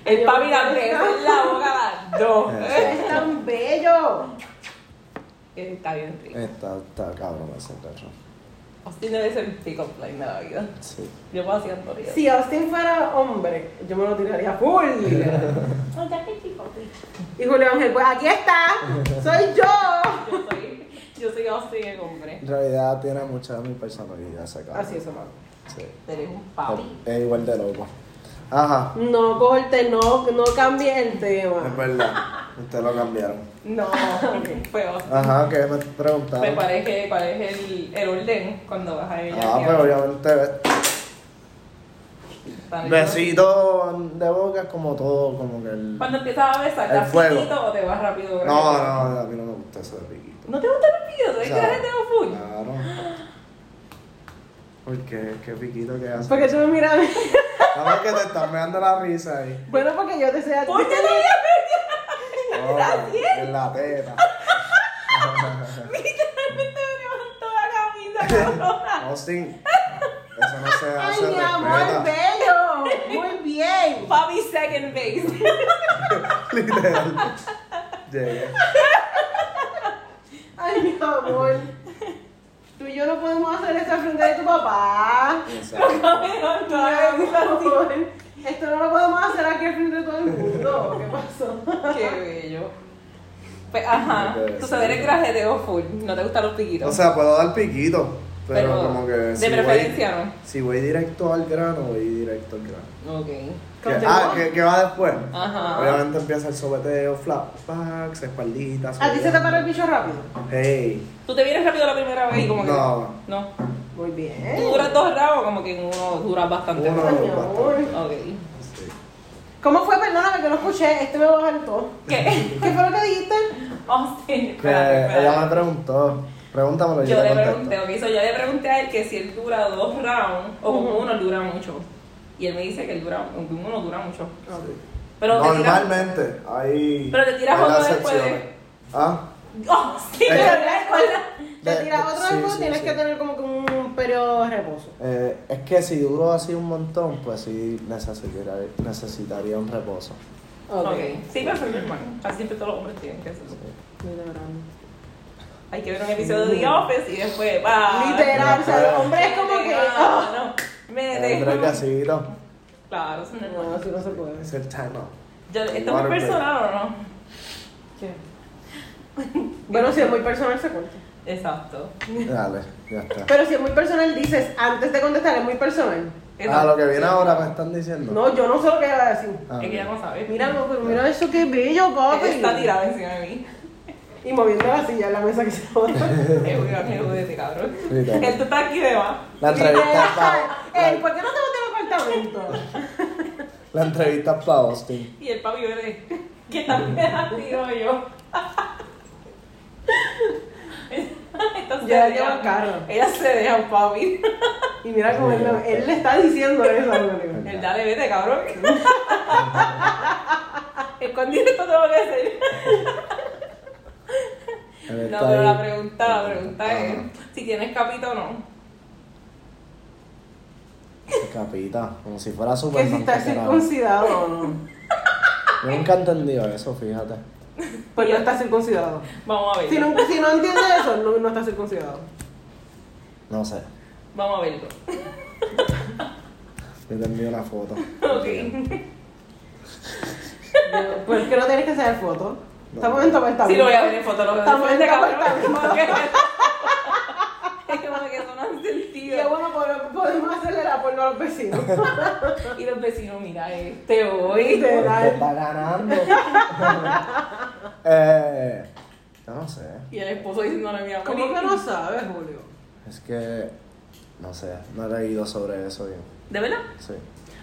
S3: El papi dándole eso en la boca a las dos.
S2: Eso.
S1: Es tan bello.
S3: Está bien rico.
S2: Está, está cabrón ese cacho.
S3: Austin debe ser el pick-up line de la vida.
S2: Sí.
S3: Yo puedo hacer por eso.
S1: Si Austin fuera hombre, yo me lo tiraría full. Y Julio Ángel, pues aquí está. Soy yo.
S3: Yo soy, yo soy Austin el hombre.
S2: En realidad tiene mucha de mi personalidad ese cabrón.
S1: Así es, mamá.
S2: Sí.
S3: Eres un papi.
S2: Es igual de loco. Ajá.
S1: No corte, no, no cambie el
S2: Es
S1: tema.
S2: verdad. Ustedes lo cambiaron.
S1: No.
S3: Fue Austin.
S2: Ajá, que me
S3: Pues,
S2: preguntaron.
S3: ¿Cuál es, el- cuál es el, el orden cuando vas a ver
S2: Ah, pues obviamente ves. Besito de boca es como todo, como que el.
S3: Cuando empiezas a besar,
S2: El
S3: ¿das
S2: fuego.
S3: piquito o te vas rápido?
S2: No, no, a mí no me gusta eso de piquito.
S3: ¿No te gustan los piquitos? ¿Es que la
S2: Claro.
S3: gente va full?
S2: Claro. Porque qué piquito que hace.
S1: Porque tú me miras. a mí.
S2: Nada más que te están mirando la risa ahí.
S1: Bueno, porque yo te sé a ti.
S3: ¿Por qué no voy
S2: Oh, en la teta.
S3: Literalmente me levantó la camisa, cabrona.
S2: Austin, eso no se hace.
S1: Ay, mi amor,
S2: respeta.
S1: bello. Muy bien.
S3: Papi second base.
S2: Literal. Llegué.
S1: Ay, mi amor. Tú y yo no podemos hacer eso al frente de tu papá.
S2: Exacto.
S3: Pero
S1: Mi
S3: no,
S1: amor. Esto no lo podemos hacer aquí al frente de todo el mundo. ¿Qué pasó?
S3: Qué bello. Pues, ajá. Tú sabes, eres grajeteo full. No te gustan los piquitos.
S2: O sea, puedo dar piquito, pero,
S3: Pero
S2: como que.
S3: de
S2: si voy-
S3: preferencia no.
S2: Si voy directo al grano, voy directo al grano.
S3: ok.
S2: ¿Qué?
S1: Continúa.
S2: Ah, ¿qué, qué va después?
S3: Ajá.
S2: Obviamente empieza el sobeteo, flapbacks, espalditas.
S1: ¿A ti se te paró el bicho rápido?
S2: Hey.
S3: Tú te vienes rápido la primera vez y como que.
S2: No.
S3: No.
S1: Muy bien.
S3: Tú duras dos rounds, como que en uno duras bastante.
S2: Uno.
S1: Ay, mi amor.
S3: Ok.
S2: Sí.
S1: ¿Cómo fue? Perdóname que no escuché. Este me va a bajar todo.
S3: ¿Qué?
S1: ¿Qué fue lo que dijiste?
S3: Austin,
S2: Que
S3: Oh, espérate,
S2: Eh, ella me
S3: espérate.
S2: preguntó. Pregúntamelo, Pues yo,
S3: Yo le
S2: te contesto.
S3: pregunté, ok, so yo le pregunté a él que si él dura dos rounds o con uno dura mucho. Y él me dice que él dura, con uno dura mucho. Pero te tiras-
S2: Normalmente, ahí.
S3: Pero te tiras
S2: hay
S3: fotos
S2: las
S3: después de-
S2: secciones. Ah,
S3: Oh, sí,
S2: Es
S3: pero
S1: que-
S3: ¿sabes cuál
S1: algo,
S4: sí,
S1: tienes
S4: sí.
S1: que tener como que un periodo de reposo.
S2: Eh, es que si duró así un montón, pues sí necesitaría, necesitaría un reposo.
S3: Ok. Sí, pero soy mi hermano. Casi siempre todos los hombres tienen que hacerlo. Hay que ver un episodio de The Office y después va.
S1: Literal, o sea, el hombre es como que. ah,
S3: No, no. Me
S2: Eh, pero
S3: dejo.
S2: casito.
S3: Claro, eso no es
S1: No,
S3: bueno.
S1: así no se puede.
S4: Es el time out.
S3: Yo- ¿Esto es muy
S2: Waterboy.
S3: personal o no?
S1: ¿Qué? Bueno, si es muy personal, se cuenta.
S3: Exacto.
S2: Dale, ya está.
S1: Pero si es muy personal, dices antes de contestar, es muy personal.
S2: Ah, lo
S3: Exacto.
S2: que viene ahora me están diciendo.
S1: No, yo no sé lo que iba a decir.
S2: Ah,
S3: Es que ya no sabes.
S1: Mira, no, pero mira eso que bello, papi.
S3: Está tirado encima de mí.
S1: Y moviendo la silla en la mesa que se bota.
S3: Es un ángel de este cabrón.
S2: Literal.
S3: Él tú estás aquí de más.
S2: La entrevista es para
S1: Ey, ¿por qué no te boté el apartamento?
S2: la entrevista es pa' Austin.
S3: Y el papi verde. Que también ha sido yo. Entonces,
S1: Ya
S3: ella-
S1: llevan carro.
S3: Ella se deja un papi.
S1: Y mira cómo él, lo- él le está diciendo eso. a Lorena.
S3: El dale, vete, cabrón. Escondido esto tengo que hacer.
S2: Él
S3: No,
S2: está
S3: pero la
S2: ahí.
S3: pregunta, la pregunta es
S2: Ajá.
S3: si tienes capito o no.
S2: Capita, como si fuera
S1: Que si
S2: Superman.
S1: está
S2: que era-
S1: circuncidado o no.
S2: Yo nunca he entendido eso, fíjate.
S1: Pues no está circuncidado.
S3: Vamos a verlo.
S1: Si no, si no entiendes eso, no, no está circuncidado.
S2: No sé.
S3: Vamos a verlo.
S2: Yo te envío una foto.
S3: Ok.
S1: Pues que no tienes que hacer foto. Estamos en tu apartamento.
S3: Sí, lo voy a ver en foto. Lo veo de
S1: Estamos en
S3: frente,
S1: tu
S3: cabrón.
S1: apartamento.
S3: Es como que eso no hace
S1: Y es
S3: sentido.
S1: bueno, podemos- podemos hacerle la porno a los vecinos.
S3: Y los vecinos, mira, este hoy.
S2: Pero
S1: Literal.
S2: te está ganando. eh, yo no sé.
S3: Y el esposo diciéndole, mira,
S1: ¿Cómo que no sabes, Julio?
S2: Es que. No sé. No he leído sobre eso yo.
S3: ¿De verdad?
S2: Sí.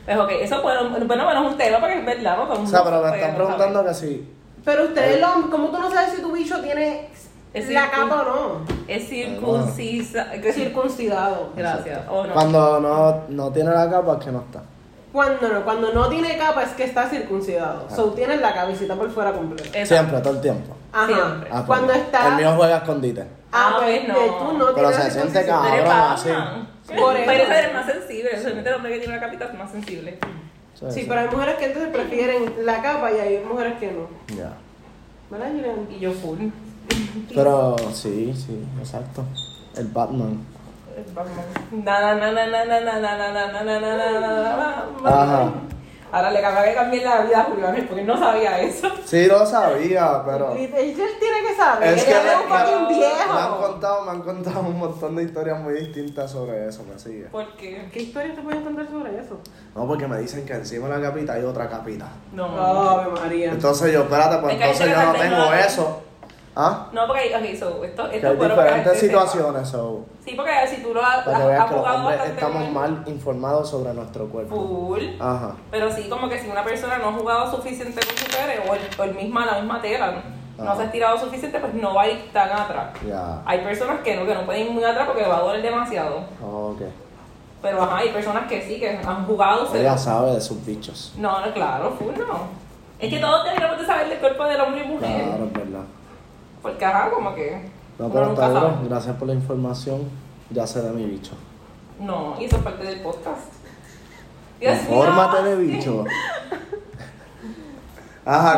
S3: Pues ok, eso bueno, bueno, bueno, es un tema porque es verdad, ¿no?
S2: O sea, pero me
S3: Pues,
S2: están preguntando que si.
S1: Pero ustedes, lo, ¿cómo tú no sabes si tu bicho tiene
S3: Es
S1: la
S3: circun-
S1: capa o no?
S3: Es circuncisa.
S1: Es circuncidado.
S3: Gracias.
S1: Oh,
S3: O no.
S2: Cuando no, no tiene la capa, es que no está.
S1: Cuando no, cuando no tiene capa es que está circuncidado. So tienes la cabecita por fuera completa.
S3: Eso.
S2: Siempre, todo el tiempo.
S1: Ajá.
S3: Siempre.
S2: Ah,
S1: Cuando
S2: pues,
S1: está.
S2: El mío juega a escondite.
S1: Ah,
S3: Ah,
S1: pues
S3: no.
S1: no. tú no
S2: Pero
S1: tienes
S2: se
S1: la
S2: siente
S1: circuncisión.
S2: cabrón.
S3: Pero es
S2: Ahora
S3: Batman.
S1: sí.
S3: Por eso. Pero
S1: Pero
S3: es más sensible. Solamente el hombre que tiene la capita es más sensible.
S2: Sí,
S1: Sí,
S2: sí.
S1: pero hay mujeres que entonces prefieren la capa y hay mujeres que no.
S2: Ya.
S1: ¿Verdad, Julián?
S3: Y yo full.
S2: Pero sí, sí, exacto. El Batman.
S3: Na, na, na, na, na, na, na, na, na, na, na, na, na, na, na, na.
S2: Ajá.
S3: Ahora le acabé de cambiar la vida a Julián porque no sabía eso.
S2: Sí, lo sabía, pero.
S1: Y- Él tiene que saber.
S2: Es
S1: Es
S2: que
S1: que
S2: le-
S1: es un fucking
S3: le-
S2: Me han
S1: viejo.
S2: contado, me han contado un montón de historias muy distintas sobre eso, me sigue.
S3: Porque.
S1: ¿Qué historias te pueden contar sobre eso?
S2: No, porque me dicen que encima de la capita hay otra capita.
S3: No.
S1: Ave María.
S2: Entonces yo, espérate, pues
S3: Es que hay
S2: entonces yo
S3: tres
S2: no
S3: partes,
S2: tengo
S3: ¿no?
S2: eso. ¿Ah?
S3: No, porque. Ok, so, esto,
S2: Que
S3: esto
S2: hay diferentes
S3: fueron características.
S2: situaciones, so,
S3: Sí, porque si tú lo has,
S2: para que
S3: has
S2: veas que los
S3: abogado
S2: hombres
S3: bastante
S2: estamos
S3: bien, Uh.
S2: mal informados sobre nuestro cuerpo.
S3: Full.
S2: Ajá.
S3: Pero sí, como que si una persona no ha jugado suficiente con su pene o, el, o el misma, la misma tela, ¿no? no
S2: Ajá.
S3: se ha estirado suficiente, pues no va a ir tan atrás.
S2: Ya.
S3: Hay personas que no, que no pueden ir muy atrás porque va a doler demasiado.
S2: Ok.
S3: Pero ajá, hay personas que sí, que han jugado. se-
S2: Ella sabe de sus bichos.
S3: No, no, claro, full no. Es que todos deberíamos de saber del cuerpo del hombre y mujer.
S2: Mm. Claro, es verdad.
S3: Porque ajá, como que.
S2: No,
S3: uno
S2: pero
S3: nunca
S2: está duro.
S3: sabe.
S2: Gracias por la información. Ya sé de mi bicho.
S3: No, y eso es parte del podcast. Dios mío.
S2: Infórmate de bicho. Ajá,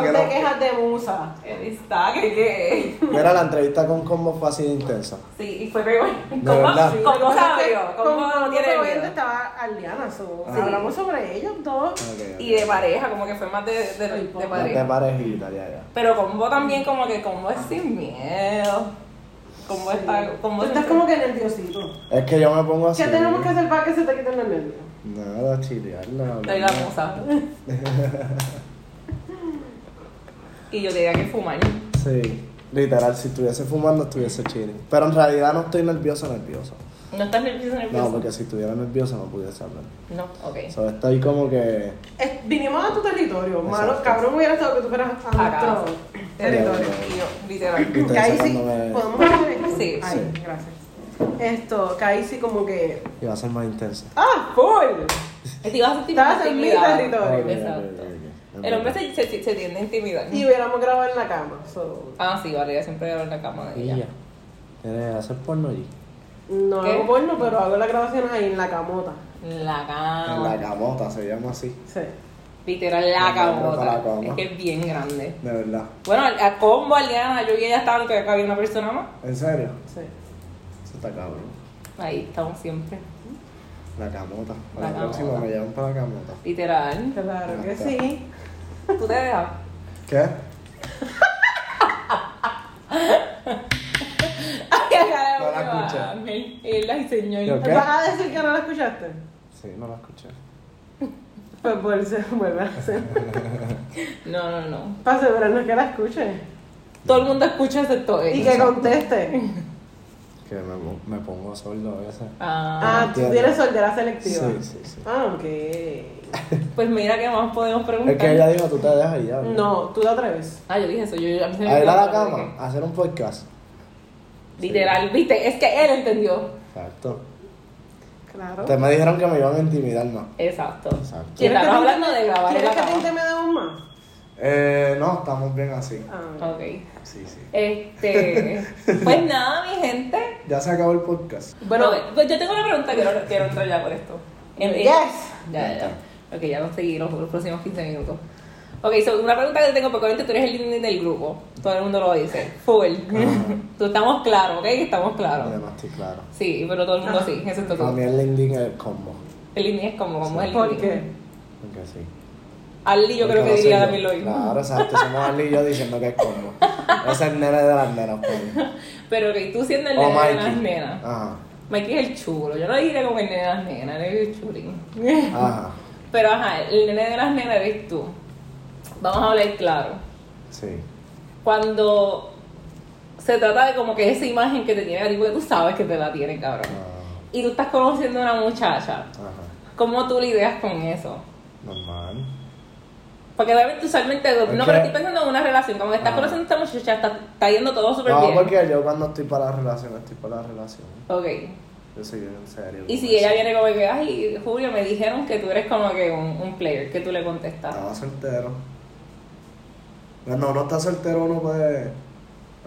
S1: Tú
S2: ah, que
S1: te
S2: no.
S1: quejas de musa.
S3: Él está, que que.
S2: Mira, la entrevista con Combo fue así de intensa.
S3: Sí, y fue muy bueno.
S2: De
S3: ¿Cómo,
S2: verdad.
S1: Sí, lo
S3: ¿cómo
S1: que pasa es que
S3: sabio? ¿Cómo,
S1: con- con
S3: tiene
S1: Coco
S3: miedo?
S1: Vente estaba Aliana, so,
S2: Ah.
S1: hablamos sobre ellos dos.
S2: Ok, ok.
S3: Y de pareja, como que fue más de, de, de
S1: Ay, pobre.
S2: Más
S3: pareja.
S2: de parejita, ya, ya.
S3: Pero combo también, como que combo es sin miedo. Combo está. Combo
S1: Tú estás
S3: se-
S1: como que nerviosito.
S2: Es que yo me pongo así.
S1: ¿Qué tenemos que hacer para que se te quiten los nervios?
S2: Nada, chilear, nada.
S3: Estoy la musa. y yo tenía que fumar.
S2: Sí. Literal, si estuviese fumando, estuviese chilling. Pero en realidad no estoy nervioso, nervioso.
S3: ¿No estás nervioso, nervioso?
S2: No, porque si estuviera nervioso no pudiese hablar.
S3: No, ok.
S2: O sea, estoy como que.
S1: Es- Eh, vinimos a tu territorio, malo.
S2: Exacto.
S1: Cabrón, hubiera estado que tú fueras a
S3: Acá.
S1: nuestro territorio.
S3: Y yo, literal.
S2: Ustedes
S1: Que ahí sí,
S2: sacándome-
S1: podemos hacer esto.
S3: Sí,
S1: Ay, gracias. Esto, que ahí sí como que.
S2: Iba a ser más intenso.
S1: ¡Ah, full!
S3: Te ibas a sentir
S1: Estabas en mi
S3: intimidada.
S1: territorio.
S2: Ok, ok,
S3: Exacto.
S2: ok, ok.
S3: El hombre se, se, se tiende a intimidar.
S1: Y hubiéramos grabado en la cama. so.
S3: Ah, sí, Valeria siempre era en la cama de ella.
S2: Ella. Tiene que hacer porno allí.
S1: No
S3: ¿Qué?
S1: hago porno, pero hago las grabaciones ahí en la camota.
S3: La
S2: En la
S3: cama.
S2: camota se llama así,
S1: Sí.
S3: Literal, la
S2: La
S3: cabota.
S2: cama, la cama.
S3: Es que es bien grande.
S2: de verdad.
S3: Bueno, a combo, Aliana, yo y ella estaban que había una persona más.
S2: ¿En serio?
S1: Sí.
S2: Eso está cabrón.
S3: Ahí estamos siempre.
S2: La camota.
S3: La
S2: Para la, próxima
S3: camota.
S2: me llevan para la camota.
S3: Literal.
S1: Claro que sí.
S3: ¿Tú te dejas?
S2: ¿Qué?
S3: Ay, acá
S2: No la escuché.
S3: Ángel. Él la diseñó. y-
S2: Yo ¿Qué?
S1: ¿Vas a decir que no la escuchaste?
S2: Sí, no la escuché.
S1: Pues vuelve vuelve a hacer.
S3: No, no, no.
S1: Para asegurarnos que la escuche.
S3: Todo el mundo escucha excepto él.
S1: Y que conteste.
S2: Que me, me pongo sordo a veces.
S3: Ah,
S1: Ah, tú tienes soltera selectiva.
S2: Sí, sí, sí.
S1: Ah, ok.
S3: pues mira qué más podemos preguntar.
S2: Es que ella dijo, tú te dejas y ya.
S1: No, tú te atreves.
S3: Ah, yo dije eso. Yo, yo, a mí se me
S2: A ir a
S3: olvidó
S2: la
S3: lo que
S2: cama, a hacer un podcast.
S3: dije. Literal, viste, es que él entendió.
S2: Exacto.
S1: Claro.
S2: Te me dijeron que me iban a intimidar, no.
S3: Exacto.
S2: Exacto.
S3: Y estamos hablando de grabar en
S1: ¿Quieres
S3: la
S1: que te
S3: cama.
S1: intimide aún más?
S2: Eh, no, estamos bien así.
S1: Ah.
S3: Ok.
S2: Sí, sí.
S3: Este. Pues nada, mi gente.
S2: Ya se acabó el podcast.
S1: Bueno,
S3: Ok, pues yo tengo una pregunta que no quiero entrar ya por esto. En- en-
S1: Yes.
S3: Ya, ya, ya. Ok, ya vamos a seguir los, los próximos 15 minutos. Ok, so, una pregunta que te tengo, porque obviamente tú eres el líder del grupo. Todo el mundo lo dice. Full. tú estamos claros, ¿ok? Estamos claros.
S2: Además, estoy claro.
S3: Sí, pero todo el mundo sí, excepto tú.
S2: También el ending es el combo.
S3: El líder es como, como es el
S1: ¿por
S3: líder.
S1: qué?
S2: Porque sí.
S3: Ali yo
S2: Porque
S3: creo que
S2: no soy
S3: diría
S2: yo.
S3: también lo mismo.
S2: Claro, exacto. Somos Ali y yo diciendo que es combo. Es el nene de las nenas, pues.
S3: Pero ok, tú siendo el
S2: O
S3: nene de las
S2: Mikey. Ah.
S3: nenas.
S2: Ajá.
S3: Mikey es el chulo. Yo no diré como el nene de las nenas, eres el chulín.
S2: Ajá.
S3: Pero ajá, el nene de las nenas eres tú. Vamos a hablar claro.
S2: Sí.
S3: cuando se trata de como que esa imagen que te tiene tipo que tú sabes que te la tiene, cabrón.
S2: Ah,
S3: Y tú estás conociendo a una muchacha.
S2: Ajá.
S3: ¿Cómo tú lidias con eso?
S2: Normal.
S3: Porque obviamente usualmente, no,
S2: Ok.
S3: pero estoy pensando en una relación, como que estás
S2: Ah.
S3: conociendo a esta muchacha, está, está yendo todo súper
S2: No,
S3: bien.
S2: porque yo cuando estoy para la relación, estoy para la relación.
S3: Ok.
S2: Yo soy bien serio. con
S3: Y si
S2: eso.
S3: ella viene como que, ay, Julio, me dijeron que tú eres como que un, un player, que tú le contestas.
S2: Estaba soltero. Cuando uno está soltero, uno puede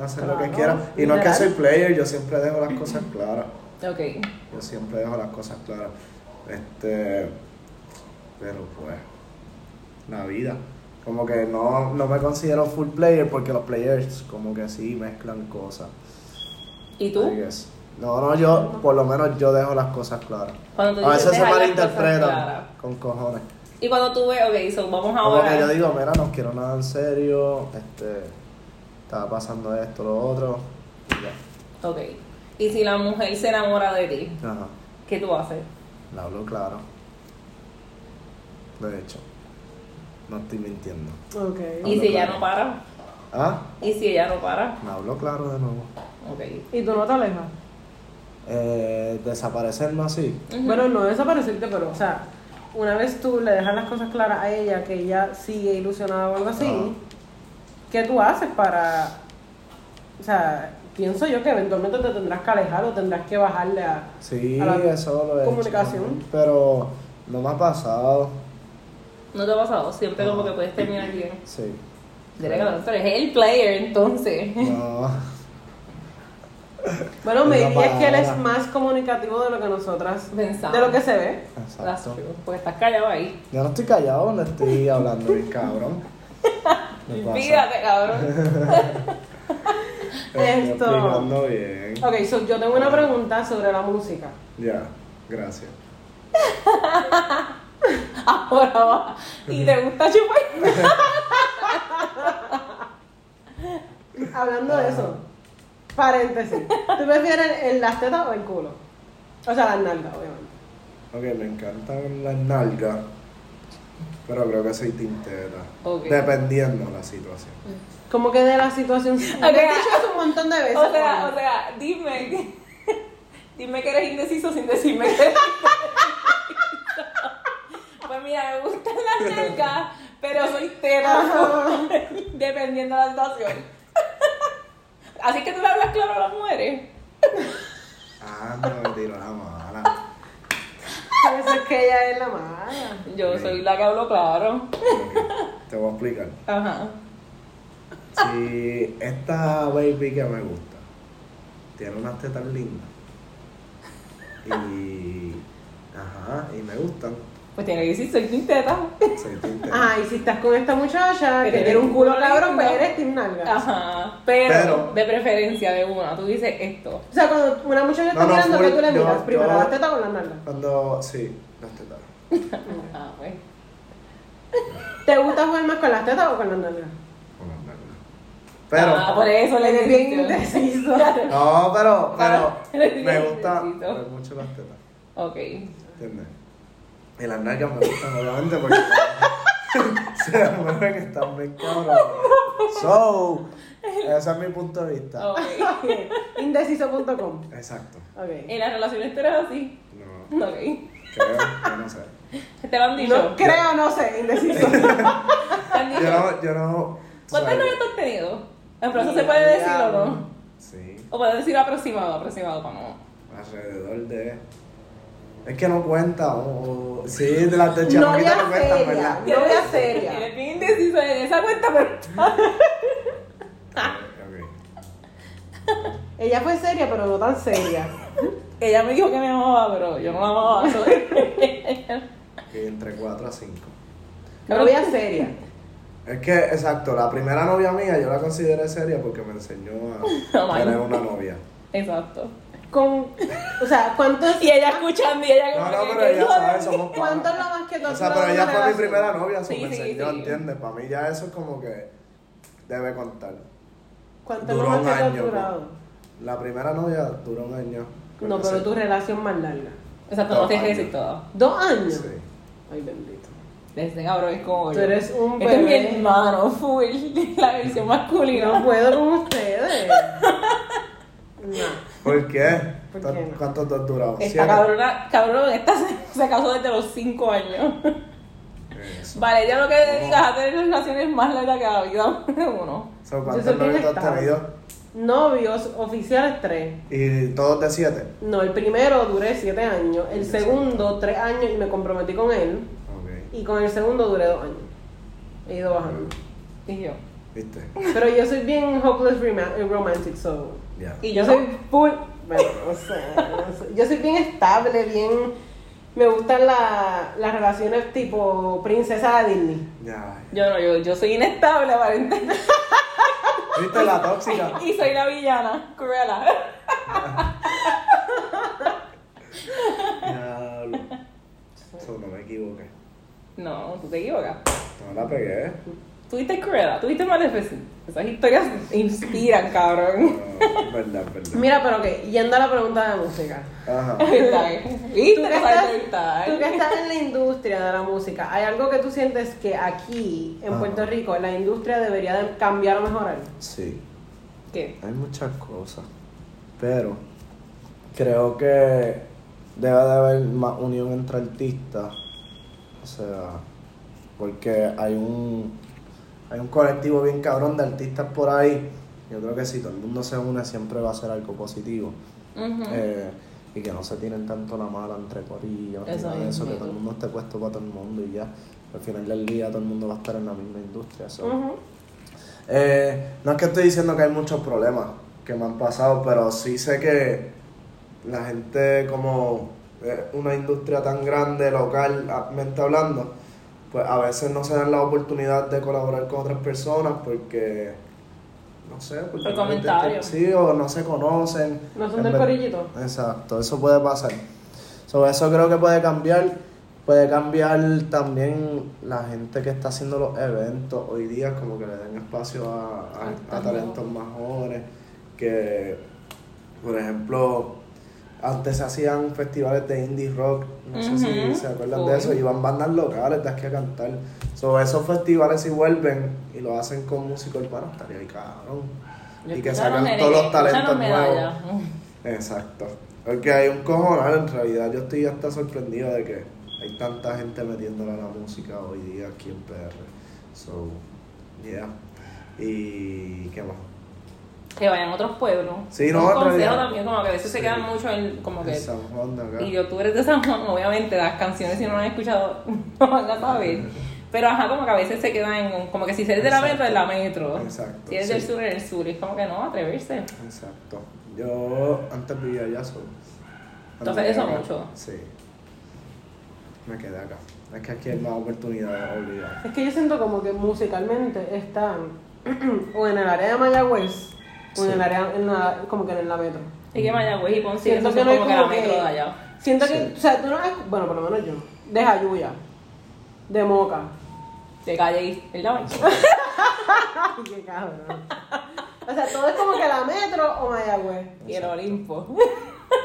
S2: hacer lo que
S1: Claro,
S2: quiera. Y no es que
S1: literal.
S2: soy player, yo siempre dejo las cosas claras.
S3: Ok.
S2: Yo siempre dejo las cosas claras. Este. Pero pues. La vida. Como que no, no me considero full player porque los players, como que sí mezclan cosas.
S3: ¿Y
S2: I
S3: tú?
S2: guess. No, no, yo, por lo menos yo dejo las cosas claras.
S3: Cuando tú
S2: A veces
S3: dices,
S2: se
S3: "Deja las cosas claras". eh.
S2: malinterpretan con cojones.
S3: Y cuando tú ves, ok, so vamos
S2: Como
S3: ahora.
S2: que yo digo, mira, no quiero nada en serio, este, estaba pasando esto, lo otro, y ya.
S3: Ok. Y si la mujer se enamora de ti,
S2: Ajá,
S3: ¿qué tú haces?
S2: le hablo claro. De hecho, no estoy mintiendo.
S1: Ok.
S3: Y si ella
S2: claro.
S3: no para.
S2: Ah,
S3: Y si ella no para.
S2: me hablo claro de nuevo.
S3: Ok.
S1: ¿Y tú no te alejas?
S2: Eh, desaparecerme así.
S3: Ujú.
S1: Bueno, no desaparecerte, pero, o sea, una vez tú le dejas las cosas claras a ella, que ella sigue ilusionada o algo así, ¿qué tú haces para. O sea, pienso yo que eventualmente te tendrás que alejar o tendrás que bajarle a.
S2: Sí,
S1: A la
S2: eso lo he hecho
S1: comunicación.
S2: también, pero no me ha pasado.
S3: No te ha pasado. Siempre como que puedes terminar bien.
S2: Sí.
S3: Dile que no, tú eres el player, entonces.
S2: No.
S1: Bueno,
S2: Es
S1: me
S2: la
S1: diría que él es
S2: palabra.
S1: más comunicativo de lo que nosotras
S3: Pensamos.
S1: De lo que se ve.
S3: That's
S2: Exacto.
S3: true. Porque estás callado ahí.
S2: Yo no estoy callado, no estoy hablando, bien cabrón. Me pasa. Eh,
S3: Fíjate, cabrón.
S2: Estoy
S1: Esto.
S2: explicando bien.
S1: Ok, so yo tengo una pregunta sobre la música.
S2: Ya, gracias.
S3: Ahora va. ¿Y te gusta chupar?
S1: Hablando de eso, paréntesis. ¿Tú prefieres el las tetas o el culo? O sea, las nalgas, obviamente.
S2: Ok, me encantan las nalgas, pero creo que soy tintera.
S3: Ok.
S2: Dependiendo la situación.
S1: Como que de la situación. Yo he dicho eso un montón de veces.
S3: O sea,
S1: Juan.
S3: o sea, dime. que- Dime que eres indeciso sin decirme que eres indeciso. Pues mira, me gustan las nalgas, pero soy tela. dependiendo de la situación. Así que tú le hablas claro a las mujeres.
S2: Ah, no, me tiro la mala.
S1: Por eso es que ella es la mala.
S3: Yo soy la que hablo claro.
S2: Ok, Te voy a explicar.
S3: Ajá.
S2: Si esta baby que me gusta tiene unas tetas lindas, Y. Ajá, y me gustan.
S3: Pues tiene que decir, soy quinteta.
S2: Soy tinte.
S1: Ah, y si estás con esta muchacha que tiene un culo cabrón, pues eres team nalga.
S3: Ah. Ajá. Pero,
S2: Pero-
S3: de preferencia de una, tú dices esto.
S1: O sea, cuando una muchacha está
S2: No, no,
S1: mirando,
S2: full,
S1: ¿qué tú le
S2: yo-
S1: miras? Primero
S2: yo-
S1: la teta o la nalga.
S2: Cuando. Sí, las tetas.
S3: Ah, pues.
S1: ¿Te gusta jugar más con las tetas o con las nalgas?
S2: Con las nalgas. Pero.
S3: Ah, por eso le
S1: Eres bien
S3: decís.
S1: indeciso.
S2: No, pero. Pero.
S3: Bien
S2: Me gusta
S3: necesito.
S2: me mucho las tetas.
S3: Ok.
S2: ¿Entiendes? Y las nalgas me gustan, obviamente, porque. se demuestran que están bien cabrones. So. Ese es mi punto de vista.
S3: Ok.
S1: Indeciso.com.
S2: Exacto.
S1: Ok.
S3: ¿En las relaciones tú eres así?
S2: No.
S3: Ok.
S2: Creo, yo no sé.
S3: ¿Te lo han dicho?
S1: No creo, no sé, indeciso.
S3: ¿Te han dicho?
S2: Yo no. Yo no
S3: ¿Cuántos
S2: sabes-
S3: novios tú has tenido? En proceso se puede decir o no.
S2: Sí.
S3: O puedes decir aproximado, aproximado para no.
S2: Alrededor de. Es que no cuenta. O, o- sí, de las de chamaquita
S1: Novia
S2: no cuentan,
S1: seria,
S2: ¿verdad?
S1: novia
S3: Eres
S1: seria.
S3: bien indeciso en esa cuenta, pero.
S2: Ok.
S1: Ella fue seria, pero no tan seria.
S3: Ella me dijo que me amaba, pero yo no la amaba. so-
S2: Y entre 4 a 5.
S1: Novia seria.
S2: Es que, exacto, la primera novia mía yo la consideré seria porque me enseñó
S3: Oh,
S2: a
S3: my
S2: tener
S3: God.
S2: una novia.
S3: Exacto.
S1: Con, o sea, ¿cuántos,
S3: Y ella escuchando y ella
S2: No,
S3: como
S2: no,
S3: que-
S2: pero
S3: que-
S2: ella sabe, somos
S1: ¿cuánto es lo
S2: panas.
S1: más que tú has
S2: O sea,
S1: durado
S2: pero
S1: en
S2: ella
S1: una
S2: fue mi
S1: relación?
S2: primera novia, eso
S3: Sí,
S2: me
S3: sí,
S2: enseñó,
S3: sí.
S2: ¿entiendes? Para mí ya eso es como que debe contar.
S1: ¿Cuánto es lo
S2: duró
S1: más
S2: un
S1: que tú has
S2: año,
S1: durado?
S2: La primera novia duró un año. creo
S1: No,
S2: que
S1: pero
S2: sí.
S1: tu relación más larga.
S3: Exacto, no tienes que decir todo.
S1: ¿Dos años?
S2: Sí.
S1: Ay, bendito.
S3: Desde cabrón es como
S1: Tú eres un
S3: Este es mi
S1: bebé.
S3: hermano, full, la versión masculina.
S1: No puedo con ustedes. No.
S2: ¿Por qué?
S1: ¿Por
S2: ¿Tan-
S1: qué no?
S2: ¿Cuántos dos duraron?
S3: Esta cabrona, cabrón, esta se, se casó desde los 5 años.
S2: Eso.
S3: Vale, ya lo que dedicas a tener relaciones más largas que la vida de uno.
S2: O sea,
S1: Yo
S2: ¿Cuántos
S1: soy bien
S2: novios tú has
S1: estable.
S2: tenido?
S1: Novios oficiales tres.
S2: Y todos de siete.
S1: No, el primero duré siete años, el segundo tres años y me comprometí con él.
S2: Ok.
S1: Y con el segundo duré dos años. He ido bajando.
S3: Y yo.
S2: ¿Viste?
S1: Pero yo soy bien hopeless rema- romantic, so.
S2: Ya.
S3: Y
S1: Yo soy full. Bueno, o sea, yo soy bien estable, bien. Me gustan la- las relaciones tipo princesa de Disney.
S2: Ya.
S3: Yo no, yo, yo soy inestable aparentemente.
S2: ¿Viste la tóxica?
S3: Y soy la villana, Cruella.
S2: Diablo. Eso no me equivoqué.
S3: No, tú te equivocas.
S2: No la pegué. ¿eh?
S3: Tuviste Cruella, tuviste Maleficent. Esas historias inspiran, cabrón.
S2: No, es verdad, es verdad.
S1: Mira, pero ok, yendo a la pregunta de la música.
S2: Ajá.
S3: ¿Viste?
S1: ¿Tú
S3: ¿eh?
S1: que,
S3: que sabes ¿eh?
S1: estás,
S3: entrevistar.
S1: tú que estás en la industria de la música, ¿hay algo que tú sientes que aquí, en
S2: Ajá.
S1: Puerto Rico, la industria debería de cambiar o mejorar?
S2: Sí,
S3: ¿Qué?
S2: hay muchas cosas. Pero creo que debe de haber más unión entre artistas. O sea, porque hay un hay un colectivo bien cabrón de artistas por ahí. Yo creo que si todo el mundo se une siempre va a ser algo positivo.
S3: Ujú.
S2: Eh, y que no se tienen tanto la mala entre corillos, ni
S3: Eso
S2: nada de eso, que
S3: mismito.
S2: todo el mundo esté puesto para todo el mundo y ya. Al final del día todo el mundo va a estar en la misma industria. so.
S1: Ujú.
S2: Eh, no es que estoy diciendo que hay muchos problemas que me han pasado, pero sí sé que la gente como eh, una industria tan grande, localmente hablando, pues a veces no se dan la oportunidad de colaborar con otras personas porque, no sé, porque
S3: Por
S2: no les interesa-
S3: comentarios.
S2: Sí, o no se conocen.
S1: No son
S2: En
S1: del
S2: ver-
S1: corillito.
S2: Exacto, eso puede pasar. Sobre eso creo que puede cambiar. Puede cambiar también la gente que está haciendo los eventos hoy día, como que le den espacio a, a- a talentos más jóvenes. Que, por ejemplo, antes se hacían festivales de indie rock, no sé si
S3: Ujú.
S2: se acuerdan
S3: Uy.
S2: de eso, iban bandas locales de aquí a cantar. Sobre esos festivales si vuelven y lo hacen con música urbana, estaría ahí cabrón. Y que sacan
S3: Escúchanos,
S2: todos los
S3: Jerez,
S2: talentos
S3: escúchanos,
S2: nuevos.
S3: medalla.
S2: Exacto. Porque hay un cojonal en realidad. Yo estoy hasta sorprendido de que hay tanta gente metiéndole a la música hoy día aquí en PR. So, yeah. ¿Y qué más?
S3: Que vayan a otros pueblos.
S2: Sí, no,
S3: Un
S2: en
S3: consejo
S2: realidad.
S3: también, como que a veces se
S2: Sí.
S3: quedan mucho en, como que...
S2: En San Juan de acá.
S3: Y yo, tú eres de San Juan, obviamente, las canciones si no las han escuchado no van a saber. Pero ajá, como que a veces se quedan en, como que si eres de la
S2: Exacto.
S3: metro, es la metro.
S2: Exacto,
S3: Si eres
S2: sí.
S3: del sur, es el sur. Y es como que no, atreverse.
S2: Exacto. Yo antes vivía allá solo.
S3: Entonces, eso mucho.
S2: Sí. Me quedé acá. Es que aquí hay más oportunidades, obligado.
S1: Es que yo siento como que musicalmente están o en el área de Mayagüez o en el área, en la- como que en la metro.
S3: Y que Mayagüez y Ponce,
S1: Siento
S3: eso
S1: que
S3: son
S1: no hay
S3: como que la
S1: como que-
S3: metro de allá.
S1: Siento que, o sea, tú no has- bueno, por lo menos yo, de Jayuya, de Moca.
S3: De calle y el lado.
S1: Ay, qué cabrón. O sea, todo es como que la metro o Mayagüez.
S3: Y el Olimpo.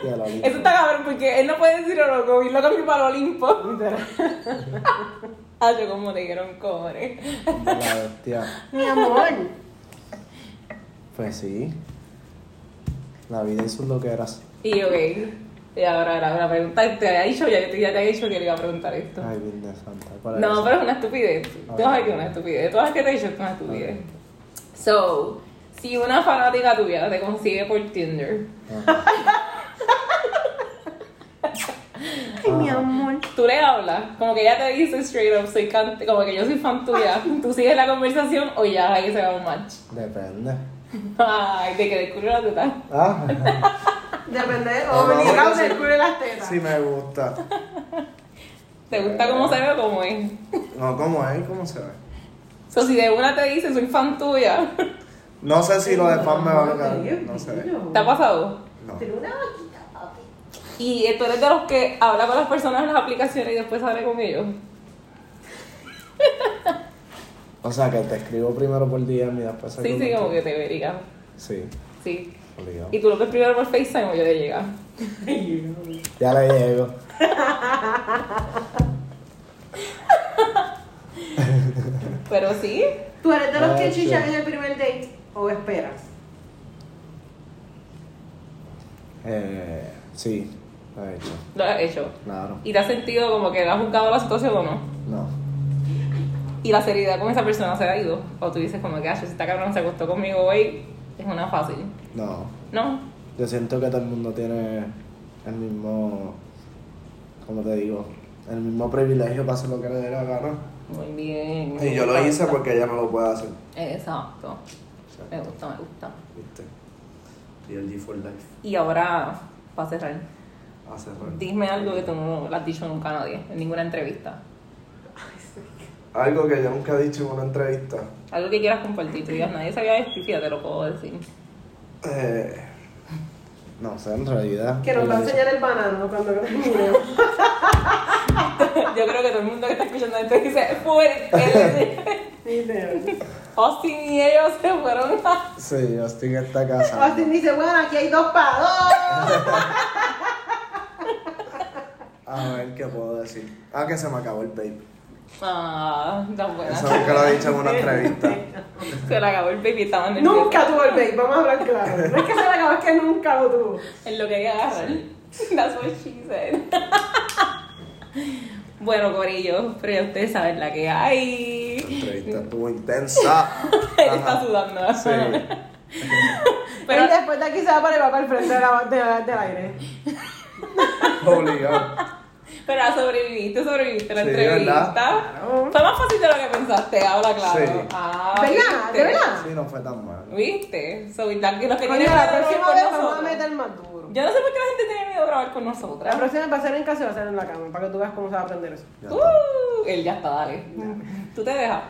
S2: Ya la vi.
S3: Eso está cabrón porque él no puede decir Oroco y lo cambió para el Olimpo.
S1: Literal.
S3: Ah, yo como te dieron cobre.
S2: Ya la bestia.
S1: Mi amor.
S2: Pues sí. La vida y sus loqueras.
S3: Y ok. Y ahora, ahora, ahora pregunta, te había dicho, ya, te- ya te había dicho que le iba a preguntar esto.
S2: Ay, Virgen Santa. ¿Cuál es
S3: No,
S2: esa?
S3: pero es una estupidez.
S2: Ok.
S3: Todas aquí una estupidez. Todas las que te he dicho es una estupidez. So, si una fanática tuya te consigue por Tinder,
S2: Ajá.
S1: Ay,
S2: Ah,
S1: mi amor.
S3: tú le hablas, como que ella te dice straight up, soy cante, como que yo soy fan tuya, tú sigues la conversación o ya ahí se va un match.
S2: Depende.
S3: Ay, te quedé culo la tuta.
S2: Ah,
S1: Depende,
S2: No, no,
S1: obligado
S2: yo sí.
S1: del culo y las tetas.
S2: sí me gusta.
S3: ¿Te gusta cómo se ve o cómo es?
S2: No, ¿cómo es? ¿Cómo se ve?
S3: So, si de una te dice soy fan tuya,
S2: No sé si lo de fan me va a
S1: Ay,
S2: quedar.
S1: Dios
S2: No sé.
S1: mío.
S3: ¿te ha pasado?
S2: No.
S1: Tiene una boquita, papi.
S3: Y eh, tú eres de los que habla con las personas en las aplicaciones y después sale con ellos.
S2: O sea, que te escribo primero por DM y después
S3: Sí, sí, como
S2: conecto.
S3: que te vería.
S2: Sí,
S3: Sí.
S2: obligado.
S3: Y tú lo ves primero por FaceTime o yo le llega.
S2: Ya le llego.
S3: Pero sí,
S1: ¿Tú eres de los
S2: Ah,
S1: que
S2: sí.
S1: chillan en el primer date o esperas?
S2: Eh, sí, lo he hecho.
S3: lo has hecho.
S2: Claro.
S3: Y te has sentido como que has juzgado la situación o no.
S2: No.
S3: Y la seriedad con esa persona se ha ido. O tú dices como que, ah, si esta cabrón se acostó conmigo hoy, es una fácil.
S2: No.
S3: No.
S2: Yo siento que todo el mundo tiene el mismo. ¿Cómo te digo? El mismo privilegio para hacer lo que le dé la gana.
S3: Muy bien. me
S2: Y yo lo
S3: gusta,
S2: hice
S3: me gusta.
S2: porque ella no lo puede hacer.
S3: Exacto. Me gusta, me gusta.
S2: ¿Viste? Y el G for Life.
S3: Y ahora, para cerrar,
S2: Hace
S3: dime algo que tú no le has dicho nunca a nadie, en ninguna entrevista.
S2: Algo que yo nunca he dicho en una entrevista.
S3: Algo que quieras compartir, tú digas, nadie sabía esto y fíjate, te lo puedo decir.
S2: Eh, no sé, en realidad.
S1: Que nos va a
S2: porque-
S1: enseñar el banano cuando terminemos.
S3: Yo creo que todo el mundo que está escuchando esto dice, fuerte.
S1: Dice,
S3: Austin y Oh, ellos se fueron a...
S2: Sí, Austin está casado.
S1: Austin dice, bueno, aquí hay dos para dos.
S2: A ver qué puedo decir. Ah, que se me acabó el baby.
S3: Ah, tan buena.
S2: Eso nunca lo he dicho en una entrevista.
S3: Se le acabó el baby, estaba nerviosa.
S1: Nunca tuvo el baby, vamos a hablar claro. No es que se le acabó, es que nunca lo tuvo.
S3: En lo que hay que agarrar. That's what she said. bueno, Corillo, pero ya ustedes saben la que
S2: La
S3: hay.
S2: entrevista estuvo intensa.
S3: Él está sudando.
S2: Sí.
S3: Pero
S1: Él después de aquí se va para el va para el frente de la, de, la- del aire.
S2: Obligado.
S3: Pero ah, sobreviviste, sobreviviste a la
S2: Sí,
S3: entrevista.
S1: ¿verdad?
S3: Fue más fácil de lo que pensaste, habla claro.
S2: Sí.
S3: Ah,
S1: ¿Verdad? ¿De
S3: ¿viste?
S1: verdad?
S2: Sí, no fue tan mal.
S3: ¿Viste? So, y la- los que
S1: Coño,
S3: tienen
S1: la
S3: miedo de
S1: próxima vez
S3: grabar con
S1: vamos a
S3: nosotros.
S1: meter más duro.
S3: Yo no sé por qué la gente tiene miedo de grabar con
S1: La
S3: nosotras.
S1: próxima va a ser en casa y va a ser en la cama, para que tú veas cómo se va a aprender eso.
S2: Ya está.
S3: Uh, él ya está, dale. Tú te dejas.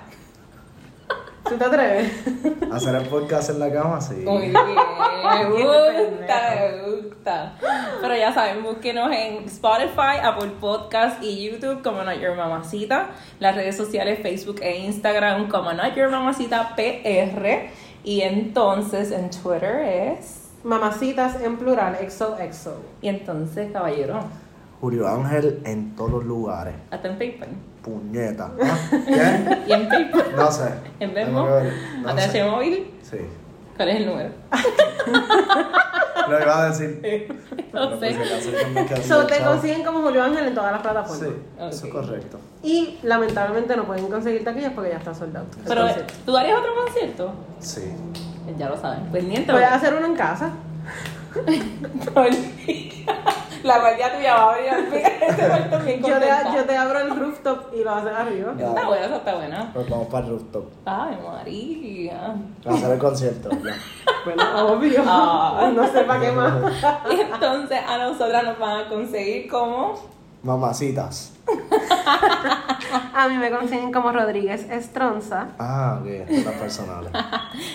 S1: Si te atreves.
S2: Hacer el podcast en la cama, sí.
S3: Muy bien, me gusta, me gusta. Pero ya saben, búsquenos en Spotify, Apple Podcast y YouTube como Not Your Mamacita. Las redes sociales Facebook e Instagram como Not Your Mamacita PR. Y entonces en Twitter es...
S1: Mamacitas en plural, exo, exo.
S3: Y entonces, caballero,
S2: Julio Ángel en todos los lugares.
S3: hasta en PayPal.
S2: Puñeta. ¿Ah? ¿Qué?
S3: Y en PayPal,
S2: No sé.
S3: en Venmo,
S2: Tengo que ver. No
S3: ATH
S2: sé.
S3: Móvil,
S2: Sí.
S3: ¿cuál es el número?
S2: Lo iba a decir. Pero
S3: No
S2: por si
S3: sé.
S2: acaso yo me quedé
S1: So, te
S2: enganchado.
S1: consiguen como Julio Ángel en todas las
S2: Sí,
S1: plataformas.
S2: eso
S3: Ok.
S2: es correcto.
S1: Y lamentablemente no pueden conseguir taquillas porque ya está soldado.
S3: Pero, ¿tú darías otro concierto?
S2: Sí.
S3: Ya lo saben. Pendiente.
S1: Puedes hacer uno en casa.
S3: La guardia tuya va a abrir al fin. Este cuarto bien
S1: Yo te,
S3: contenta.
S1: yo te abro el rooftop y lo haces arriba.
S2: Ya.
S3: Está
S2: Pues
S3: buena, eso está buena.
S2: Nos vamos para el rooftop.
S3: Ay, María.
S2: A hacer el concierto. ya.
S1: Bueno, obvio.
S3: Ah.
S1: No sé para qué más.
S3: Y entonces a nosotras nos van a conseguir como.
S5: Mamacitas.
S1: A mí me consiguen como Rodríguez Estronza.
S5: Ah, ok, las personales.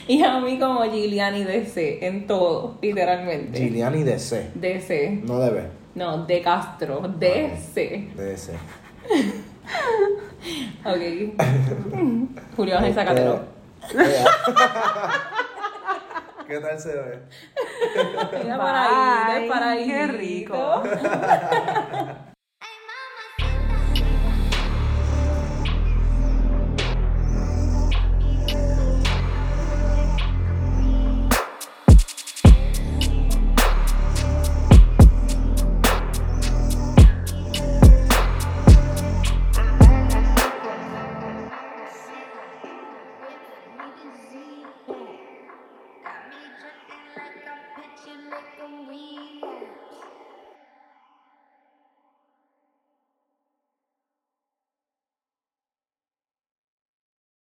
S3: Y a mí como Giuliani DC en todo, literalmente.
S5: Giuliani de C,
S3: DC.
S5: no de B,
S3: No, de Castro. DC.
S5: de C.
S3: Ok. Julio, Ángel, sácatelo.
S2: Este, ¿Qué tal se ve?
S3: Mira
S1: Bye,
S3: para ahí,
S1: qué rico.